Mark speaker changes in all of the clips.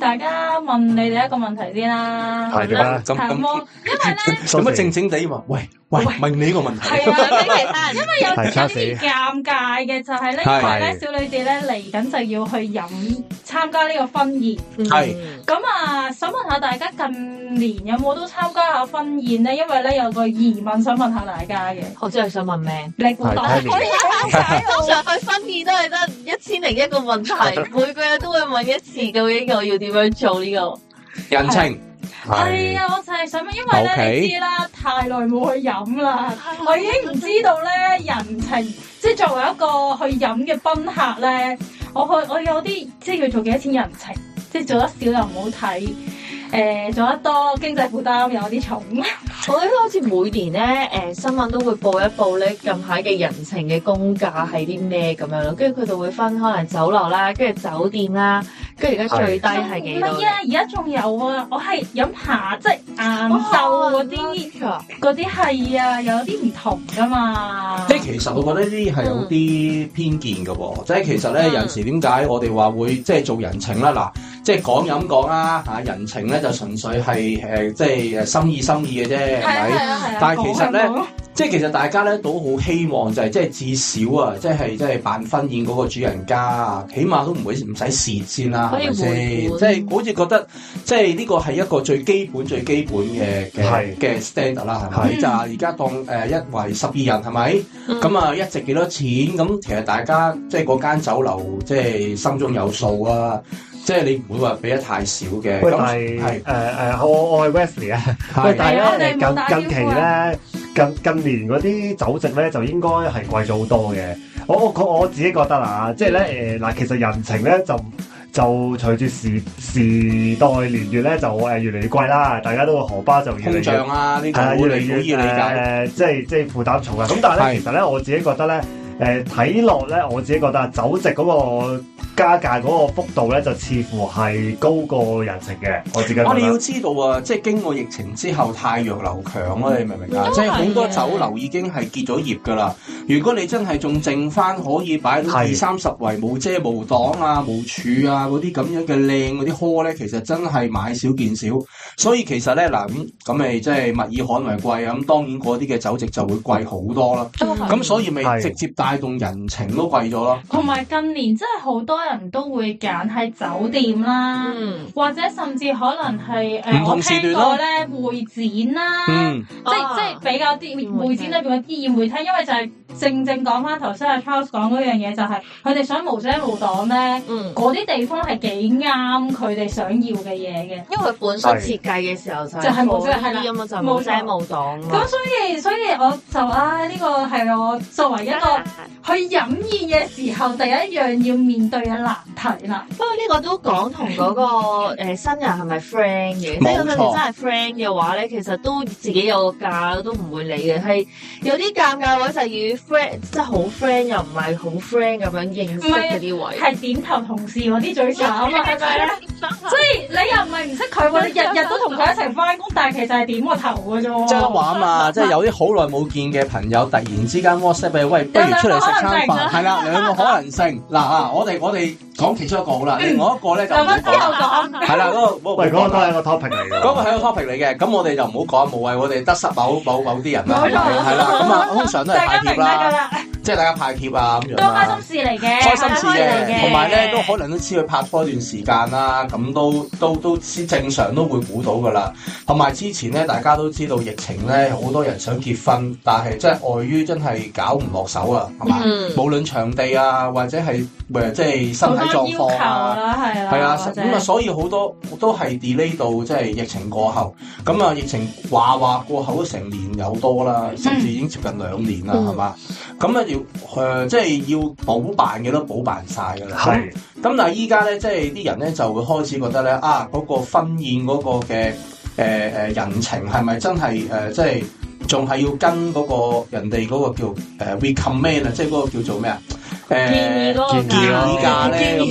Speaker 1: 大家問你哋一個問題先啦，
Speaker 2: 係啦
Speaker 1: 咁
Speaker 2: 咁咁
Speaker 1: 因為咧。
Speaker 2: 收
Speaker 3: 咁啊
Speaker 2: 聲
Speaker 3: 靜靜地話，喂喂，問你呢個問題，
Speaker 1: 係啊，
Speaker 4: 想俾其他人
Speaker 1: 因為有
Speaker 2: 係差死
Speaker 1: 有啲尷尬嘅就係咧，因
Speaker 3: 係
Speaker 1: 為咧小女子咧嚟緊就要去飲參加呢個婚宴，
Speaker 3: 係
Speaker 1: 咁啊想問下大家近年有冇都參加下婚宴咧？因為咧有個疑問想問下大家嘅，
Speaker 4: 我真係想問咩？
Speaker 1: 你估到？
Speaker 2: 係，Tammy
Speaker 4: 通常去婚宴都係得一千零一個問題，每個人都會問一次，究竟我要點樣做呢個？
Speaker 3: 人情
Speaker 1: 係啊，我就係想問，因為
Speaker 3: OK
Speaker 1: 咧你知啦，太耐冇去飲啦，我已經唔知道咧人情，即係作為一個去飲嘅賓客咧，我去我有啲即係要做幾多錢人情，即係做得少又唔好睇，誒、做得多經濟負擔又有啲重，
Speaker 4: 我覺得好似每年咧，誒、新聞都會報一報咧近排嘅人情嘅公價係啲咩咁樣咯，跟住佢就會分可能酒樓啦，跟住酒店啦，跟住而家最低係幾多
Speaker 1: 乜？啊？而家仲有啊，我係飲下即係晏
Speaker 4: 哦
Speaker 1: 晝嗰啲
Speaker 4: 啲
Speaker 1: 嗰啲係啊，有啲唔同噶嘛。
Speaker 3: 即係其實我覺得呢啲係有啲偏見嘅喎，即係其實咧
Speaker 4: 嗯
Speaker 3: 有時點解我哋話會即係做人情啦？嗱，即係講飲講啦嚇，人情咧就純粹係誒即係誒心意心意嘅啫，係
Speaker 1: 係啊
Speaker 3: 咪？
Speaker 1: 係啊係啊，
Speaker 3: 但係其實呢
Speaker 1: 講係講
Speaker 3: 即係其實大家咧都好希望就係即係至少啊，即係即係辦婚宴嗰個主人家啊，起碼都唔會唔使蝕先啦，
Speaker 4: 可
Speaker 3: 係
Speaker 4: 以
Speaker 3: 咪先？
Speaker 4: 回
Speaker 3: 即
Speaker 4: 本
Speaker 3: 係好似覺得即係呢個係一個最基本最基本嘅嘅
Speaker 2: 係
Speaker 3: 嘅 standard 啦，係咪？
Speaker 1: 嗯
Speaker 3: 就係而家當誒一圍十二人係咪？
Speaker 4: 嗯
Speaker 3: 咁啊一席幾多錢？咁其實大家即係嗰間酒樓即係心中有數啊，即係你唔會話俾得太少嘅。
Speaker 2: 喂，
Speaker 3: 咁
Speaker 2: 但
Speaker 3: 係
Speaker 2: 係誒誒，我我係 Wesley 啊。喂，
Speaker 3: 係
Speaker 2: 但
Speaker 1: 係啊
Speaker 2: 係咧
Speaker 1: 你冇打
Speaker 2: 近近期
Speaker 1: 招呼
Speaker 2: 咧，近近年嗰啲酒席咧就應該係貴咗好多嘅。我我覺我自己覺得啊，即係
Speaker 1: 嗯
Speaker 2: 咧誒嗱，其實人情咧就就隨住時時代年月咧就誒越嚟越貴啦，大家都個荷包就越
Speaker 3: 通
Speaker 2: 嚟越
Speaker 3: 脹啊，呢個
Speaker 2: 係啊，
Speaker 3: 好
Speaker 2: 越嚟
Speaker 3: 理好易
Speaker 2: 越
Speaker 3: 理解。
Speaker 2: 誒，即係即係負擔重啊。咁但係咧，其實咧，我自己覺得咧，誒睇落咧，我自己覺得啊酒席嗰個加價嗰個幅度咧，就似乎係高過人情嘅。我自己覺
Speaker 3: 我哋要
Speaker 2: 得
Speaker 3: 知道啊，即係經過疫情之後，太弱流強
Speaker 2: 嗯
Speaker 3: 啊，你明唔明啊？
Speaker 4: 都係
Speaker 3: 即係好多酒樓已經係結咗業㗎啦。如果你真係仲剩翻可以擺到
Speaker 2: 係
Speaker 3: 二三十圍冇遮冇擋啊、冇柱啊嗰啲咁樣嘅靚嗰啲殼咧，其實真係買少見少。所以其實咧嗱咁咁咪即係物以罕為貴啊。咁當然嗰啲嘅酒席就會貴好多啦。
Speaker 4: 都係
Speaker 3: 咁所以咪
Speaker 2: 係
Speaker 3: 直接帶動人情都貴咗咯。
Speaker 1: 同埋近年真係好多人都會揀喺酒店啦，
Speaker 4: 嗯，
Speaker 1: 或者甚至可能係誒，呃
Speaker 3: 唔
Speaker 1: 我
Speaker 3: 同時
Speaker 1: 聽
Speaker 3: 段
Speaker 1: 過
Speaker 3: 咯
Speaker 1: 咧會展啦，即
Speaker 3: 嗯
Speaker 4: 啊
Speaker 1: 即係比較啲會展裏邊嘅啲宴會廳，因為就係正正講翻頭先阿 Charles 講嗰樣嘢，就係佢哋想無遮無擋咧，
Speaker 4: 嗯，
Speaker 1: 嗰啲地方係幾啱佢哋想要嘅嘢嘅。
Speaker 4: 因為佢本身設計嘅時候就
Speaker 1: 就係冇遮係啦
Speaker 4: 咁啊，就冇遮冇擋
Speaker 1: 咁
Speaker 4: 嘛。
Speaker 1: 所以所以我就啊呢、個係我作為一 個去飲宴嘅時候第一樣要面對嘅難題啦。
Speaker 4: 不過呢個都講同嗰個誒新人係咪 friend 嘅？即係
Speaker 3: 冇錯
Speaker 4: 佢哋真係 friend 嘅話咧，其實都自己有個價都唔會理嘅。係有啲尷尬位就係與 friend 即係好 friend 又唔係好 friend 咁樣認識嗰啲位。
Speaker 1: 係點頭同事嗰啲最慘啊， 係咪咧？即係你又唔係唔識佢喎，你日日都同佢一齊翻工，但係其實係點個頭嘅啫喎。
Speaker 3: 即刻玩嘛！即係有啲好耐冇見嘅朋友，突然之間 WhatsApp 你，喂，不如出嚟食餐飯，係啦，兩個可能性。嗱啊，我哋我哋講其中一個好啦，另外一個咧就唔
Speaker 1: 留
Speaker 3: 好
Speaker 1: 翻之後
Speaker 3: 講。
Speaker 1: 講。
Speaker 3: 係啦，嗰個
Speaker 2: 喂，嗰個都係
Speaker 3: 嗰
Speaker 2: 一個 topic 嚟嘅。
Speaker 3: 個係一個 topic 嚟嘅，咁我哋就唔好講，無謂我哋得失某某某啲人啦，
Speaker 1: 冇錯
Speaker 3: 係啦，咁啊通常都係
Speaker 1: 大
Speaker 3: 派
Speaker 1: 家明
Speaker 3: 貼
Speaker 1: 得㗎
Speaker 3: 啦，
Speaker 1: 啦，
Speaker 3: 即係大家派貼啊咁樣
Speaker 1: 都開
Speaker 3: 啦
Speaker 1: 心。事嚟嘅，
Speaker 3: 開心事
Speaker 1: 開心
Speaker 3: 嘅，同埋咧都可能都知佢拍拖一段時間啦，咁都都都先正常都會估到噶啦。同埋之前咧，大家都知道疫情咧，好多人想結婚，但係真係礙於真係搞唔落手啊，係嘛？
Speaker 4: 嗯
Speaker 3: 無論場地啊，或者係誒即係身體
Speaker 1: 好多
Speaker 3: 狀
Speaker 1: 要求
Speaker 3: 況啊。
Speaker 1: 啦，係啦，
Speaker 3: 係啊，
Speaker 1: 或者
Speaker 3: 咁啊，所以好多都係 delay 到即係疫情過後，咁啊疫情話話過後都成年有多啦，甚至已經接近兩年啦，
Speaker 4: 嗯
Speaker 3: 係嘛？咁啊要誒、呃即係要補辦嘅都補辦晒㗎啦。
Speaker 2: 係
Speaker 3: 咁但係依家咧，即係啲人咧就會開始覺得咧，啊嗰、個婚宴嗰個嘅誒誒人情係咪真係誒、呃即係仲係要跟嗰個人哋嗰個叫誒、呃 recommend 啊，即係嗰個叫做咩啊？誒、
Speaker 4: 建議嗰個
Speaker 2: 建議咯
Speaker 3: 建議價咧咁樣
Speaker 4: 建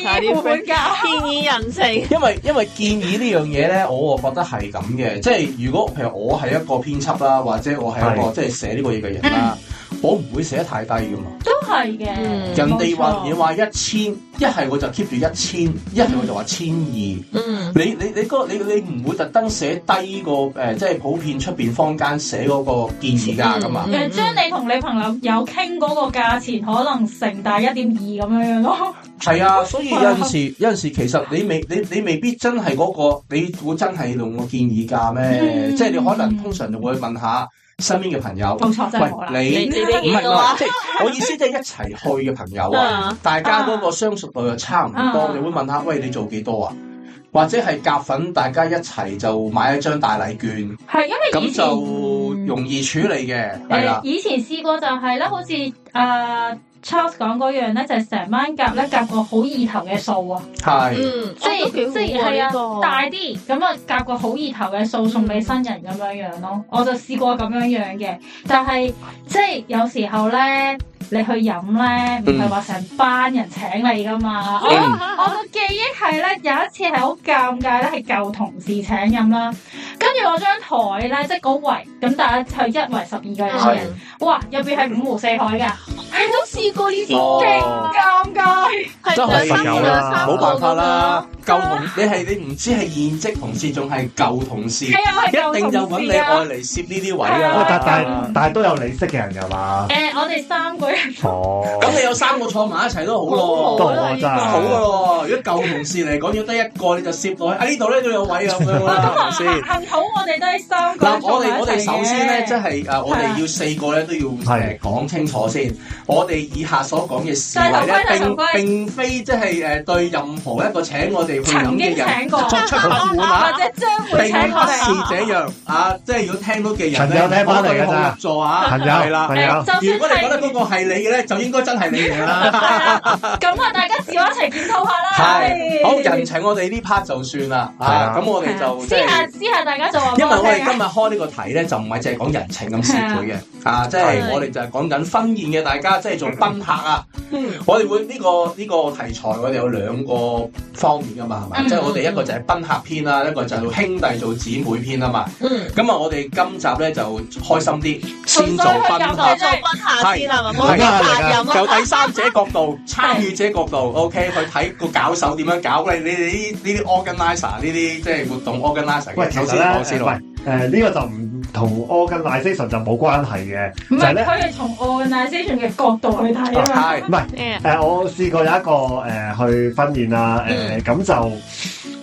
Speaker 1: 建議副本價。
Speaker 4: 建議人情。
Speaker 3: 因為因為建議呢樣嘢咧，我覺得係 咁嘅，即係如果譬如我係一個編輯啦，或者我係一個即係寫呢個嘢嘅人啦，我唔會寫得太低噶嘛。
Speaker 1: 都係嘅。
Speaker 4: 嗯
Speaker 3: 人哋話
Speaker 1: 冇錯
Speaker 3: 你話一千，一係我就 keep 住一千，一係我就話千二。你
Speaker 4: 嗯
Speaker 3: 你你嗰你你唔會特登寫低個誒、呃即係普遍出邊坊間寫嗰個建議價噶嘛？
Speaker 4: 嗯
Speaker 1: 誒，將你同你朋友有傾嗰個價錢，可能乘大一點二咁樣樣咯。
Speaker 3: 係啊，所以有陣時有陣時其實你未你你未必真係嗰、個，你會真係用個建議價咩？
Speaker 1: 嗯
Speaker 3: 即係你可能通常就會問下身邊嘅朋友，
Speaker 1: 冇錯，真係冇啦。
Speaker 3: 喂
Speaker 4: 你自己
Speaker 3: 唔
Speaker 4: 幾
Speaker 3: 係
Speaker 4: 多
Speaker 3: 唔係
Speaker 4: 啊？
Speaker 3: 即係我意思即係一齊去嘅朋友啊
Speaker 1: 嗯
Speaker 4: 啊，
Speaker 3: 大家嗰個相熟度又差唔多
Speaker 1: 啊，
Speaker 3: 你會問下，喂，你做幾多啊？或者係夾粉，大家一齊就買一張大禮券，
Speaker 1: 係因為以
Speaker 3: 咁
Speaker 1: 前嗯
Speaker 3: 就容易處理嘅，係
Speaker 1: 誒
Speaker 3: 啦，
Speaker 1: 以前試過就係咧，好似阿 Charles 講嗰樣咧，就係成班夾咧夾個好意頭嘅數啊，
Speaker 3: 係。
Speaker 4: 嗯，
Speaker 1: 即係即係係啊，
Speaker 3: 哦
Speaker 4: 但
Speaker 1: 大啲咁啊，夾個好意頭嘅數送俾新人咁樣樣
Speaker 3: 嗯
Speaker 1: 咯。我就試過咁樣樣嘅，但係即係有時候咧，你去飲咧，唔係話成班人請你噶嘛。我
Speaker 3: 嗯
Speaker 1: 我個記憶係咧，有一次係好尷尬咧，係舊同事請飲啦，跟住我張台咧，即係嗰圍咁，大家係一圍十二個
Speaker 3: 係
Speaker 1: 人嘅。哇！入邊係五湖四海㗎，
Speaker 4: 係都試過呢個，
Speaker 3: 哦
Speaker 1: 尷 尬。
Speaker 4: 係
Speaker 3: 真係
Speaker 2: 有啦
Speaker 3: 啊
Speaker 4: 兩三個兩
Speaker 1: 啊
Speaker 4: 三個
Speaker 3: 冇辦法啦，
Speaker 1: 個
Speaker 3: 舊
Speaker 1: 咁樣
Speaker 3: 同你係你唔知係現職同事，仲係舊同事，一
Speaker 1: 係啊，我係舊
Speaker 3: 定就
Speaker 1: 同
Speaker 3: 揾你
Speaker 1: 事啊
Speaker 3: 愛。嚟攝呢啲位㗎
Speaker 1: 係
Speaker 2: 喂
Speaker 1: 啊
Speaker 2: 但
Speaker 3: 啦
Speaker 2: 但。但係都有你識嘅人㗎嘛？
Speaker 1: 誒，我哋三個人
Speaker 2: 哦，
Speaker 3: 咁你有三個坐埋一齊都好咯。
Speaker 2: 都好啊真
Speaker 3: 都好
Speaker 2: 係。
Speaker 3: 噶咯，如果舊同事嚟講，要得一個你就攝落去，啊呢度咧都有位啊咁樣
Speaker 1: 哇，咁
Speaker 3: 啦，
Speaker 1: 啊，
Speaker 3: 係
Speaker 1: 幸
Speaker 3: 咪先？
Speaker 1: 幸好我哋都係三個人
Speaker 3: 嗱，我
Speaker 1: 坐埋
Speaker 3: 哋
Speaker 1: 一齊嘅。
Speaker 3: 我哋首先咧，即係啊誒，我哋要四個咧都要誒
Speaker 2: 係
Speaker 3: 講清楚先。我哋以下所講嘅事為咧，
Speaker 1: 戴頭盔戴
Speaker 3: 並
Speaker 1: 頭盔
Speaker 3: 並非即係誒對任何一個請我哋去飲
Speaker 1: 曾
Speaker 3: 嘅
Speaker 1: 經
Speaker 3: 人
Speaker 1: 請過，
Speaker 3: 作出不滿啊
Speaker 1: 或！者將
Speaker 3: 並不
Speaker 1: 會
Speaker 3: 是
Speaker 1: 請我哋。
Speaker 3: 這樣啊！即係如果聽到嘅人
Speaker 2: 朋
Speaker 3: 咧，
Speaker 2: 友聽
Speaker 3: 我
Speaker 2: 翻嚟
Speaker 3: 對
Speaker 2: 㗎
Speaker 3: 號
Speaker 2: 咋
Speaker 3: 入座啊，
Speaker 2: 朋友
Speaker 3: 係啦。
Speaker 2: 朋友
Speaker 1: 誒，就
Speaker 3: 如果你
Speaker 1: 算
Speaker 3: 覺
Speaker 1: 係
Speaker 3: 得嗰個係你嘅咧，就應該真係你嚟
Speaker 1: 咁
Speaker 3: 啦。
Speaker 1: 啊，大家自我一齊檢討下啦。
Speaker 3: 係，好人情我哋呢 part 就算啦，
Speaker 2: 係啊
Speaker 3: 啊，咁我哋就即
Speaker 1: 私下
Speaker 3: 係，
Speaker 1: 私下大家就話俾
Speaker 3: 因為我哋
Speaker 1: 聽
Speaker 3: 今
Speaker 1: 啊
Speaker 3: 日開呢個題咧，就唔係淨係講人情咁
Speaker 1: 係
Speaker 3: 社
Speaker 1: 啊
Speaker 3: 會嘅，啊，即
Speaker 4: 係
Speaker 3: 係我哋就係講緊婚宴嘅大家，即係做賓客啊，
Speaker 4: 嗯
Speaker 3: 我哋會呢個呢個題材，我哋有兩個方面噶嘛，係咪？
Speaker 1: 嗯
Speaker 3: 即係我哋一個就係賓客篇啦，一個就係兄弟做姊妹篇啊嘛。
Speaker 4: 嗯，
Speaker 3: 咁啊，我哋今集咧就開心啲，先做
Speaker 1: 純粹去
Speaker 3: 賓
Speaker 1: 飲
Speaker 3: 客
Speaker 1: 嘅。
Speaker 4: 我做賓下先係咪？
Speaker 2: 係
Speaker 4: 冇下飲
Speaker 3: 由
Speaker 4: 啊，
Speaker 3: 第三者角度、參與者角度，OK，去睇個搞手點樣搞。你你你呢呢啲 organizer 呢啲即係活動 organizer
Speaker 2: 喂，
Speaker 3: 嘅，
Speaker 2: 其
Speaker 3: 首
Speaker 2: 實
Speaker 3: 先
Speaker 2: 咧，
Speaker 3: 講先
Speaker 2: 誒
Speaker 3: 啦。
Speaker 2: 喂，誒呢個就唔同 organisation 就冇關係嘅，
Speaker 1: 唔
Speaker 2: 就係
Speaker 1: 係
Speaker 2: 咧
Speaker 1: 佢係從 organisation 嘅角度去睇啊嘛。
Speaker 3: 係
Speaker 2: 唔係誒，呃我試過有一個誒、去婚宴啊，誒、咁就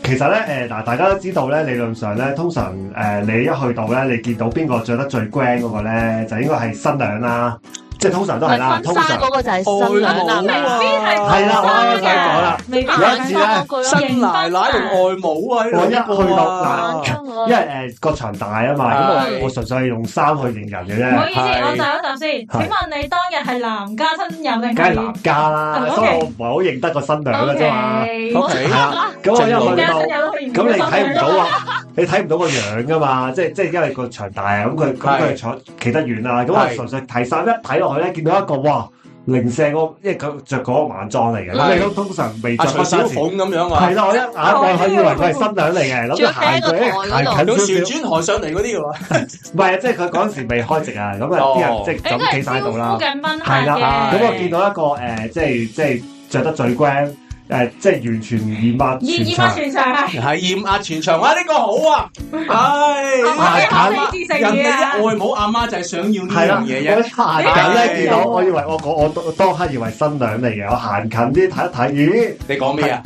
Speaker 2: 其實咧誒嗱，大家都知道咧，理論上咧，通常誒、你一去到咧，你見到邊個着得最 grand 嗰個咧，就應該係新娘啦，即係通常都係啦，
Speaker 4: 係
Speaker 2: 通
Speaker 4: 婚紗
Speaker 2: 常
Speaker 4: 嗰個就係新娘啦，
Speaker 1: 明知係
Speaker 2: 係啦，我啱啱想講啦，
Speaker 1: 未必
Speaker 2: 有一次咧
Speaker 3: 新奶奶同外母啊，
Speaker 2: 我一去到
Speaker 3: 嗱，
Speaker 2: 因
Speaker 4: Dạ,
Speaker 2: 為誒個場大啊嘛，咁
Speaker 3: 係
Speaker 2: 我我純粹係用衫去認人嘅
Speaker 1: 唔好
Speaker 2: 啫，
Speaker 1: 意思，
Speaker 3: 係
Speaker 1: 我就一就先。請
Speaker 2: 係
Speaker 1: 問你當日係男家親友定
Speaker 2: 梗係男家啦，
Speaker 1: 係
Speaker 2: 所以我唔係好認得個新
Speaker 4: dạ,
Speaker 2: 娘嘅啫嘛，
Speaker 3: O K，
Speaker 2: 係啦，咁我一去到。咁你睇唔到啊？你睇唔到個樣噶嘛？即係即係因為個場大啊，咁佢咁佢
Speaker 3: 係
Speaker 2: 坐企得遠啊啦。咁
Speaker 3: 係
Speaker 2: 我純粹睇衫，一睇落去咧，見到一個哇零舍個，因為佢着嗰個晚裝嚟嘅。
Speaker 3: 係啊
Speaker 2: 咁你都通常未
Speaker 3: 阿
Speaker 2: 着
Speaker 3: 徐
Speaker 2: 婚
Speaker 3: 小
Speaker 2: 紗前，
Speaker 3: 鳳咁樣啊
Speaker 2: 係，啦，我一眼望佢以為佢係新娘嚟嘅，諗住行
Speaker 4: 仲要企喺個台嗰度
Speaker 2: 佢行近
Speaker 3: 用旋
Speaker 2: 少少，
Speaker 3: 轉台上嚟嗰啲喎。
Speaker 2: 唔係即係佢嗰陣時未開席啊，咁啊
Speaker 3: 哦
Speaker 2: 啲人即係咁企晒喺度啦。係
Speaker 1: 啊
Speaker 2: 啦，
Speaker 3: 係
Speaker 2: 咁我見到一個誒，即係即係着得最 grand 誒，即係完全掩壓全場。
Speaker 3: 係驗壓全場，哇！呢個好啊，唉，人哋一外母阿媽就係想要呢
Speaker 2: 系啊啦，
Speaker 3: 樣嘢啫
Speaker 2: 我。行近咧見到，我以為我我我當刻以為新娘嚟嘅，我行近啲睇一睇，
Speaker 3: 你講咩啊？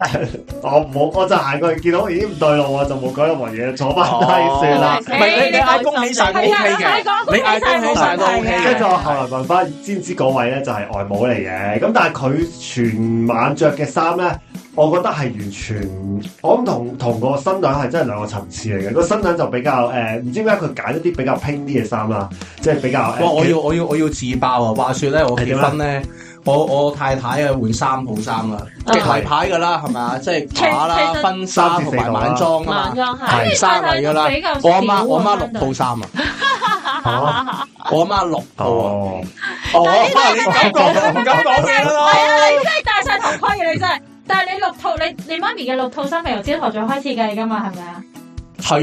Speaker 2: 咦，我冇，我就行過去見到，咦唔對路，我就冇講任何嘢，坐翻低算啦
Speaker 4: 哦。
Speaker 3: 唔 係啊你你嗌恭喜晒我 OK 嘅，
Speaker 1: 啊
Speaker 3: 你嗌恭喜晒都 OK 嘅。
Speaker 2: 跟住我後來問翻，先知嗰位咧就係外母嚟嘅，咁但係佢全晚着嘅衫咧，我覺得係完全，我諗同同個新娘係真係兩個層次嚟嘅。個新娘就比較誒，呃唔、知點解佢揀一啲比較拼啲嘅衫啦，即係比較。呃
Speaker 3: 哇！我要我要我要自爆啊！話說咧，我
Speaker 2: 係
Speaker 3: 結
Speaker 2: 點
Speaker 3: 婚咧，我我太太啊換三套衫啦，
Speaker 4: 嗯
Speaker 3: 即係牌噶啦，係嘛？即係扒啦、
Speaker 1: 其實
Speaker 3: 婚紗同埋晚裝啊
Speaker 4: 晚
Speaker 3: 嘛，
Speaker 4: 裝係
Speaker 3: 係衫嚟噶啦。我阿媽我阿媽六套衫啊，我阿媽六套啊。
Speaker 2: 哦，
Speaker 3: 哦，哇你咁講我唔敢講嘢啦。
Speaker 1: 哎啊
Speaker 3: 係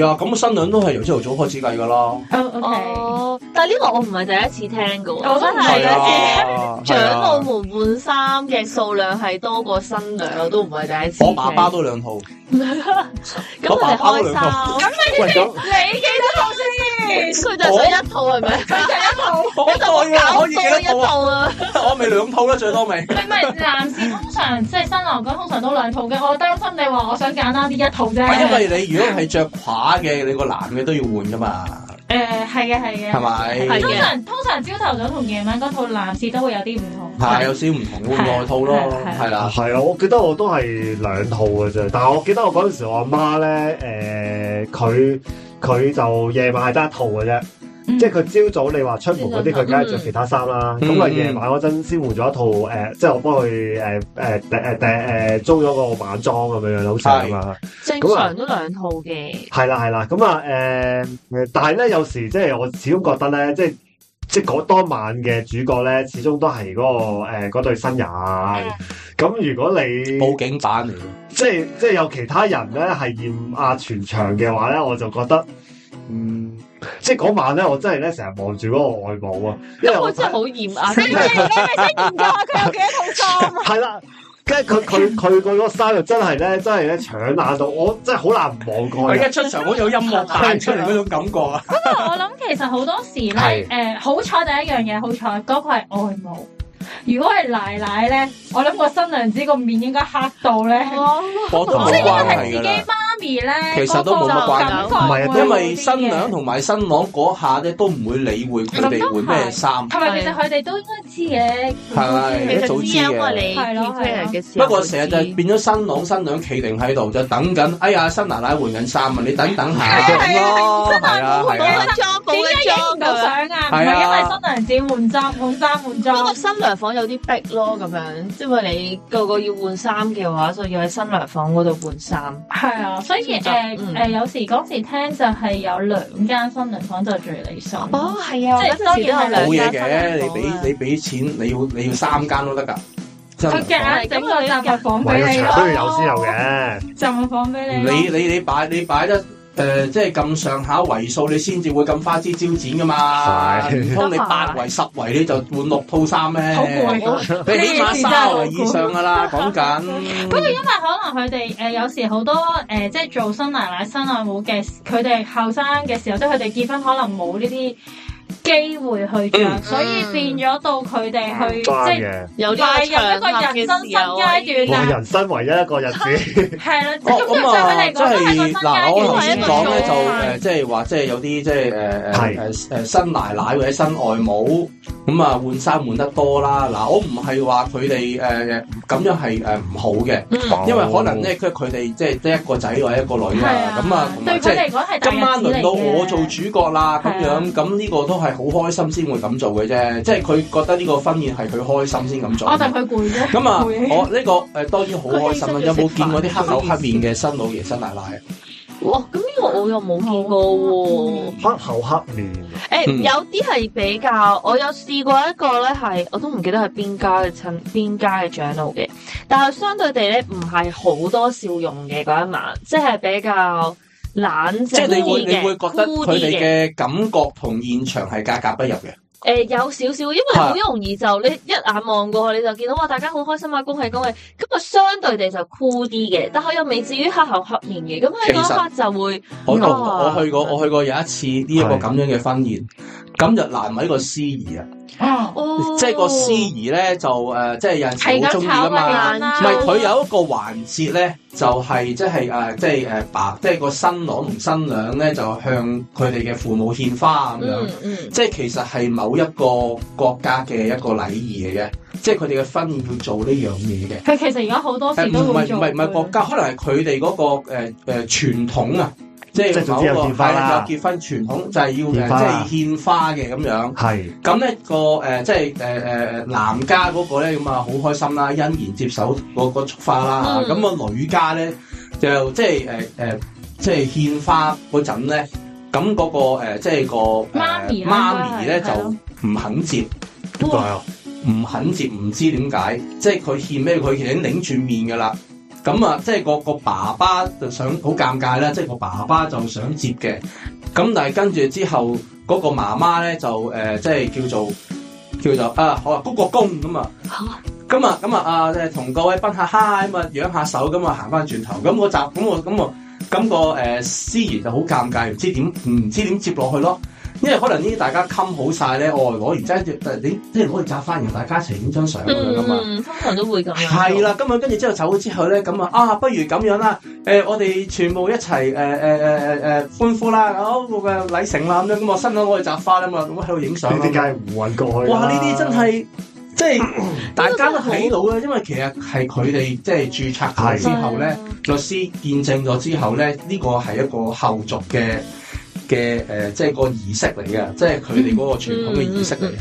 Speaker 3: 啊，咁新娘都係由朝頭早開始計㗎啦。
Speaker 1: 哦，OK，
Speaker 4: 哦，但係呢個我唔係第一次聽噶，
Speaker 1: 我都唔係
Speaker 4: 係
Speaker 1: 第一次
Speaker 3: 啊，係
Speaker 4: 長老
Speaker 3: 啊，
Speaker 4: 們換衫嘅數量係多過新娘，我都唔係第一次聽。
Speaker 3: 我爸爸都兩套，
Speaker 4: 咁佢哋開
Speaker 3: 我爸爸
Speaker 4: 衫，
Speaker 2: 喂咁
Speaker 1: 你幾多號先？
Speaker 4: 佢就想一套係咪？
Speaker 1: 佢就一套。
Speaker 3: 我我
Speaker 4: 搞
Speaker 3: 可以
Speaker 4: 到
Speaker 3: 幾
Speaker 4: 一
Speaker 3: 多套啊？
Speaker 4: 套啊！
Speaker 3: 我咪兩套啦，最多咪
Speaker 1: 唔。係唔係，男士通常即係新郎哥通常都兩套嘅，我擔心你話我想簡單啲一套啫。
Speaker 3: 因為你如果係着垮嘅，你個男嘅都要換㗎嘛，
Speaker 1: 誒係嘅係
Speaker 3: 係
Speaker 1: 嘅，
Speaker 3: 咪？
Speaker 4: 係
Speaker 1: 通常通常朝頭早同夜晚嗰套男士都會有啲唔同。
Speaker 3: 係有少唔同，換外套咯，
Speaker 1: 係係
Speaker 3: 係啦。
Speaker 2: 係啊，我記得我都係兩套嘅啫，但係我記得我嗰陣時我阿媽咧，誒佢佢就夜晚係得一套嘅啫，
Speaker 1: 嗯
Speaker 2: 即係佢朝早你話出門嗰啲，佢梗係着其他衫啦。
Speaker 3: 嗯
Speaker 2: 咁佢夜晚嗰陣先換咗一套誒、即係我幫佢誒誒誒誒租咗個晚裝咁樣樣，好似係咁啊。
Speaker 4: 正常都兩套嘅，
Speaker 2: 係啦係啦，咁啊誒，但係咧有時即係我始終覺得咧，即係即係嗰當晚嘅主角咧，始終都係嗰、個誒嗰、對新人。
Speaker 3: 嗯
Speaker 2: 咁如果你
Speaker 3: 報警版嚟嘅，
Speaker 2: 即係即係有其他人咧係豔壓全場嘅話咧，我就覺得，嗯，即係嗰晚咧，我真係咧成日望住嗰個外母啊，因 為
Speaker 4: 我
Speaker 2: 我
Speaker 4: 真係好嚴啊！
Speaker 1: 你你你咪先研究下佢有幾多套衫啊？
Speaker 2: 係啦，跟住佢 佢佢嗰個衫又真係咧，真係咧搶眼到，我真係好難望
Speaker 3: 我
Speaker 2: 過
Speaker 3: 而
Speaker 2: 嘅。
Speaker 3: 家出場好有音樂彈出嚟嗰種感覺啊！
Speaker 1: 不過我諗其實好多時咧
Speaker 2: 係，
Speaker 1: 誒好彩第一樣嘢好彩，嗰個係外母。如果係奶奶咧，我諗個新娘子個面應該黑到咧，
Speaker 3: 我都冇
Speaker 1: 即係應該
Speaker 3: 關
Speaker 1: 係
Speaker 3: 哦係
Speaker 1: 自己
Speaker 3: 㗎啦。
Speaker 1: 媽咪咧，
Speaker 3: 其實都冇乜關係啊
Speaker 1: 嗰個感覺會好啲嘅
Speaker 3: 因為新娘同埋新郎嗰下咧都唔會理會佢哋換咩衫，
Speaker 1: 同埋其實佢哋都應該知嘅，
Speaker 3: 係
Speaker 4: 其
Speaker 3: 一
Speaker 4: 實
Speaker 3: 早知
Speaker 4: 知啊，因為
Speaker 3: 嘅。
Speaker 4: 你 prepare 嘅時候，
Speaker 3: 不過成日就變咗新郎新娘企定喺度，就等緊。哎呀，新奶奶換緊衫啊！你等等下
Speaker 1: 係啊係啊
Speaker 3: 咯，係啊係
Speaker 4: 冇
Speaker 3: 啊。
Speaker 4: 得裝，
Speaker 1: 點
Speaker 4: 冇得
Speaker 1: 解影
Speaker 4: 裝
Speaker 1: 唔到
Speaker 4: 咁樣。
Speaker 1: 相啊？唔係
Speaker 3: 係
Speaker 1: 因為
Speaker 3: 啊
Speaker 1: 新娘子換裝、換衫、換
Speaker 4: 不過
Speaker 1: 裝。
Speaker 4: 新娘房有啲逼咯，咁樣，因為你個個要換衫嘅話，所以要喺新娘房嗰度換衫。
Speaker 1: 係啊，所以誒
Speaker 4: 嗯
Speaker 1: 誒，有時嗰時聽就係有兩間新娘房就最理想。
Speaker 4: 哦，係啊，
Speaker 1: 即係
Speaker 4: 我嗰陣時都有
Speaker 3: 冇
Speaker 4: 兩
Speaker 3: 嘢
Speaker 4: 間
Speaker 3: 嘅，你
Speaker 4: 新娘
Speaker 3: 俾
Speaker 4: 房啊
Speaker 3: 你俾錢，你要你要三間都得㗎。真
Speaker 1: 佢
Speaker 3: 哦係
Speaker 1: 夾硬整個雜物房
Speaker 2: 喂，個
Speaker 1: 俾你
Speaker 2: 場
Speaker 1: 咯，
Speaker 2: 都要有先有嘅，
Speaker 1: 雜物房俾你咯。
Speaker 2: 嗯
Speaker 3: 你你你擺你擺得誒、呃即係咁上下圍數，你先至會咁花枝招展㗎嘛。
Speaker 2: 係
Speaker 3: 唔通你八圍十圍你就換六套衫咩？
Speaker 1: 好攰啊
Speaker 3: 你起碼三圍以上 㗎啦，講緊。
Speaker 1: 不過因為可能佢哋誒有時好多誒、呃即係做新奶奶、新外母嘅，佢哋後生嘅時候，即係佢哋結婚可能冇呢啲機會去着，
Speaker 3: 嗯
Speaker 1: 所以變咗到佢哋去、即
Speaker 2: 啱
Speaker 1: 係
Speaker 2: 嘅。
Speaker 4: 有呢
Speaker 1: 快
Speaker 4: 個
Speaker 1: 入一個
Speaker 4: 場合
Speaker 1: 人生
Speaker 4: 嘅
Speaker 1: 新
Speaker 4: 時
Speaker 1: 階
Speaker 2: 我
Speaker 4: 候，
Speaker 1: 段啦，
Speaker 2: 人生唯一一個 日子，
Speaker 1: 啊係啦，
Speaker 3: 哦
Speaker 1: 咁對佢
Speaker 3: 咁啊，
Speaker 1: 嚟講都
Speaker 3: 即
Speaker 1: 係個新
Speaker 3: 係嗱，我頭
Speaker 1: 階
Speaker 3: 先
Speaker 1: 段
Speaker 3: 講
Speaker 4: 講
Speaker 3: 咧就
Speaker 1: 嘅
Speaker 3: 誒，即係話即係有啲即係呃誒誒
Speaker 2: 係
Speaker 3: 誒誒新奶奶或者新外母咁啊換衫換得多啦。嗱，我唔係話佢哋誒誒咁樣係誒唔好嘅，
Speaker 4: 嗯
Speaker 2: 哦
Speaker 3: 因為可能咧佢佢哋即係得一個仔或者一個女
Speaker 1: 係啊
Speaker 3: 啊，咁啊同
Speaker 1: 對
Speaker 3: 埋即
Speaker 1: 佢
Speaker 3: 係。
Speaker 1: 嚟講係大
Speaker 3: 今晚
Speaker 1: 日子嚟
Speaker 3: 輪到我
Speaker 1: 嘅
Speaker 3: 做主角啦，咁
Speaker 1: 係啊
Speaker 3: 樣咁呢個都係好開心先會咁做嘅啫，即係佢覺得呢個婚宴係佢開心先咁做。
Speaker 1: 我戥哦佢攰啫。
Speaker 3: 咁啊，
Speaker 1: 會
Speaker 3: 我呢、個誒、當然好開心啦！
Speaker 4: 佢
Speaker 3: 有
Speaker 4: 犧牲咗食飯
Speaker 3: 冇見過啲黑口黑面嘅新老爺新奶奶？
Speaker 4: 哇！咁呢個我又冇見過喎。
Speaker 2: 黑口黑面，
Speaker 4: 誒、
Speaker 3: 嗯
Speaker 4: 有啲係比較，我有試過一個咧係，我都唔記得係邊家嘅親邊家嘅長老嘅，但係相對地咧唔係好多笑容嘅嗰一晚，即係比較冷靜
Speaker 3: 即係你會
Speaker 4: 啲
Speaker 3: 你
Speaker 4: 嘅
Speaker 3: 會覺得
Speaker 4: cool
Speaker 3: 佢哋
Speaker 4: 啲嘅
Speaker 3: 嘅感覺同現場係格格不入嘅。
Speaker 4: 誒、有少少，因為你好容易就你一眼望過去，你就見到哇，大家好開心啊，恭喜恭喜！咁啊，相對地就 cool 啲嘅，但係又未至於黑口黑面嘅，咁喺嗰一刻就會
Speaker 3: 我都
Speaker 4: 哇
Speaker 1: 哦
Speaker 3: 我去過，我去過有一次呢一個咁樣嘅婚宴，咁就難為個司儀啊！
Speaker 1: 嗯
Speaker 4: 哦，
Speaker 3: 即係個司儀咧就誒、即係有陣
Speaker 1: 係
Speaker 3: 時好中意噶
Speaker 1: 炒
Speaker 3: 嘛。
Speaker 1: 啊
Speaker 3: 唔係佢有一個環節咧，就係即係誒，即係誒爸，即係個新郎同新娘咧，就向佢哋嘅父母獻花咁樣。
Speaker 4: 嗯嗯，
Speaker 3: 即係其實係某一個國家嘅一個禮儀嚟嘅，即係佢哋嘅婚宴要做呢樣嘢嘅。
Speaker 1: 佢其實而家好多
Speaker 3: 誒
Speaker 1: 時
Speaker 3: 唔
Speaker 1: 都會
Speaker 3: 係
Speaker 1: 做
Speaker 3: 唔
Speaker 1: 嘅。
Speaker 3: 係唔係國家，可能係佢哋嗰個誒誒傳統啊，即
Speaker 2: 即
Speaker 3: 係
Speaker 2: 係總
Speaker 3: 某
Speaker 2: 之
Speaker 3: 個
Speaker 2: 有獻花啦
Speaker 3: 有結婚傳統就係要
Speaker 2: 獻花
Speaker 3: 誒即係獻花嘅咁樣。
Speaker 2: 係
Speaker 3: 咁咧個誒即係呃誒誒誒男家嗰個咧咁啊好開心啦，欣然接手嗰個束花啦。
Speaker 4: 嗯
Speaker 3: 咁個女家咧就即係誒誒即係獻花嗰陣咧，咁嗰個誒即係個誒
Speaker 1: 媽咪啦
Speaker 3: 媽咪咧
Speaker 1: 應該係係咯
Speaker 3: 就唔肯接。
Speaker 2: 點解啊？
Speaker 3: 唔肯接，唔知點解，即係佢獻咩？佢已經擰住面噶啦，咁啊，即係個個爸爸就想好尷尬啦，即係個爸爸就想接嘅，咁但係跟住之後嗰、個媽媽咧就誒、呃即係叫做叫做啊，好啊，鞠個躬咁啊。咁啊，咁啊，啊，誒同各位賓客 hi 咁啊，揚下手咁啊，行翻轉頭，咁我集，咁我，咁我，咁個誒司儀就好尷尬，唔知點，唔知點接落去咯。因為可能呢啲大家襟好晒咧，我攞完真係你即係攞嚟摘翻，然後大家一齊影張相咁樣噶嘛。
Speaker 4: 嗯，通常都會咁樣。
Speaker 3: 係，啦，咁啊，跟住之後走咗之後咧，咁啊，啊，不如咁樣啦，誒、我哋全部一齊誒誒呃誒誒誒呃歡呼啦，好嘅禮成啦，咁樣，咁啊我新郎我哋摘花啦嘛，咁喺度影相啦
Speaker 2: 呢啲梗係唔揾過去啦
Speaker 3: 哇！呢啲真係即係嗯大家都睇到啦，因為其實係佢哋即係註冊咗之後
Speaker 4: 嗯
Speaker 3: 咧，律師見證咗之後咧，呢個係一個後續嘅嘅誒，即係個儀式嚟嘅，即係佢哋嗰個傳統嘅儀式嚟嘅。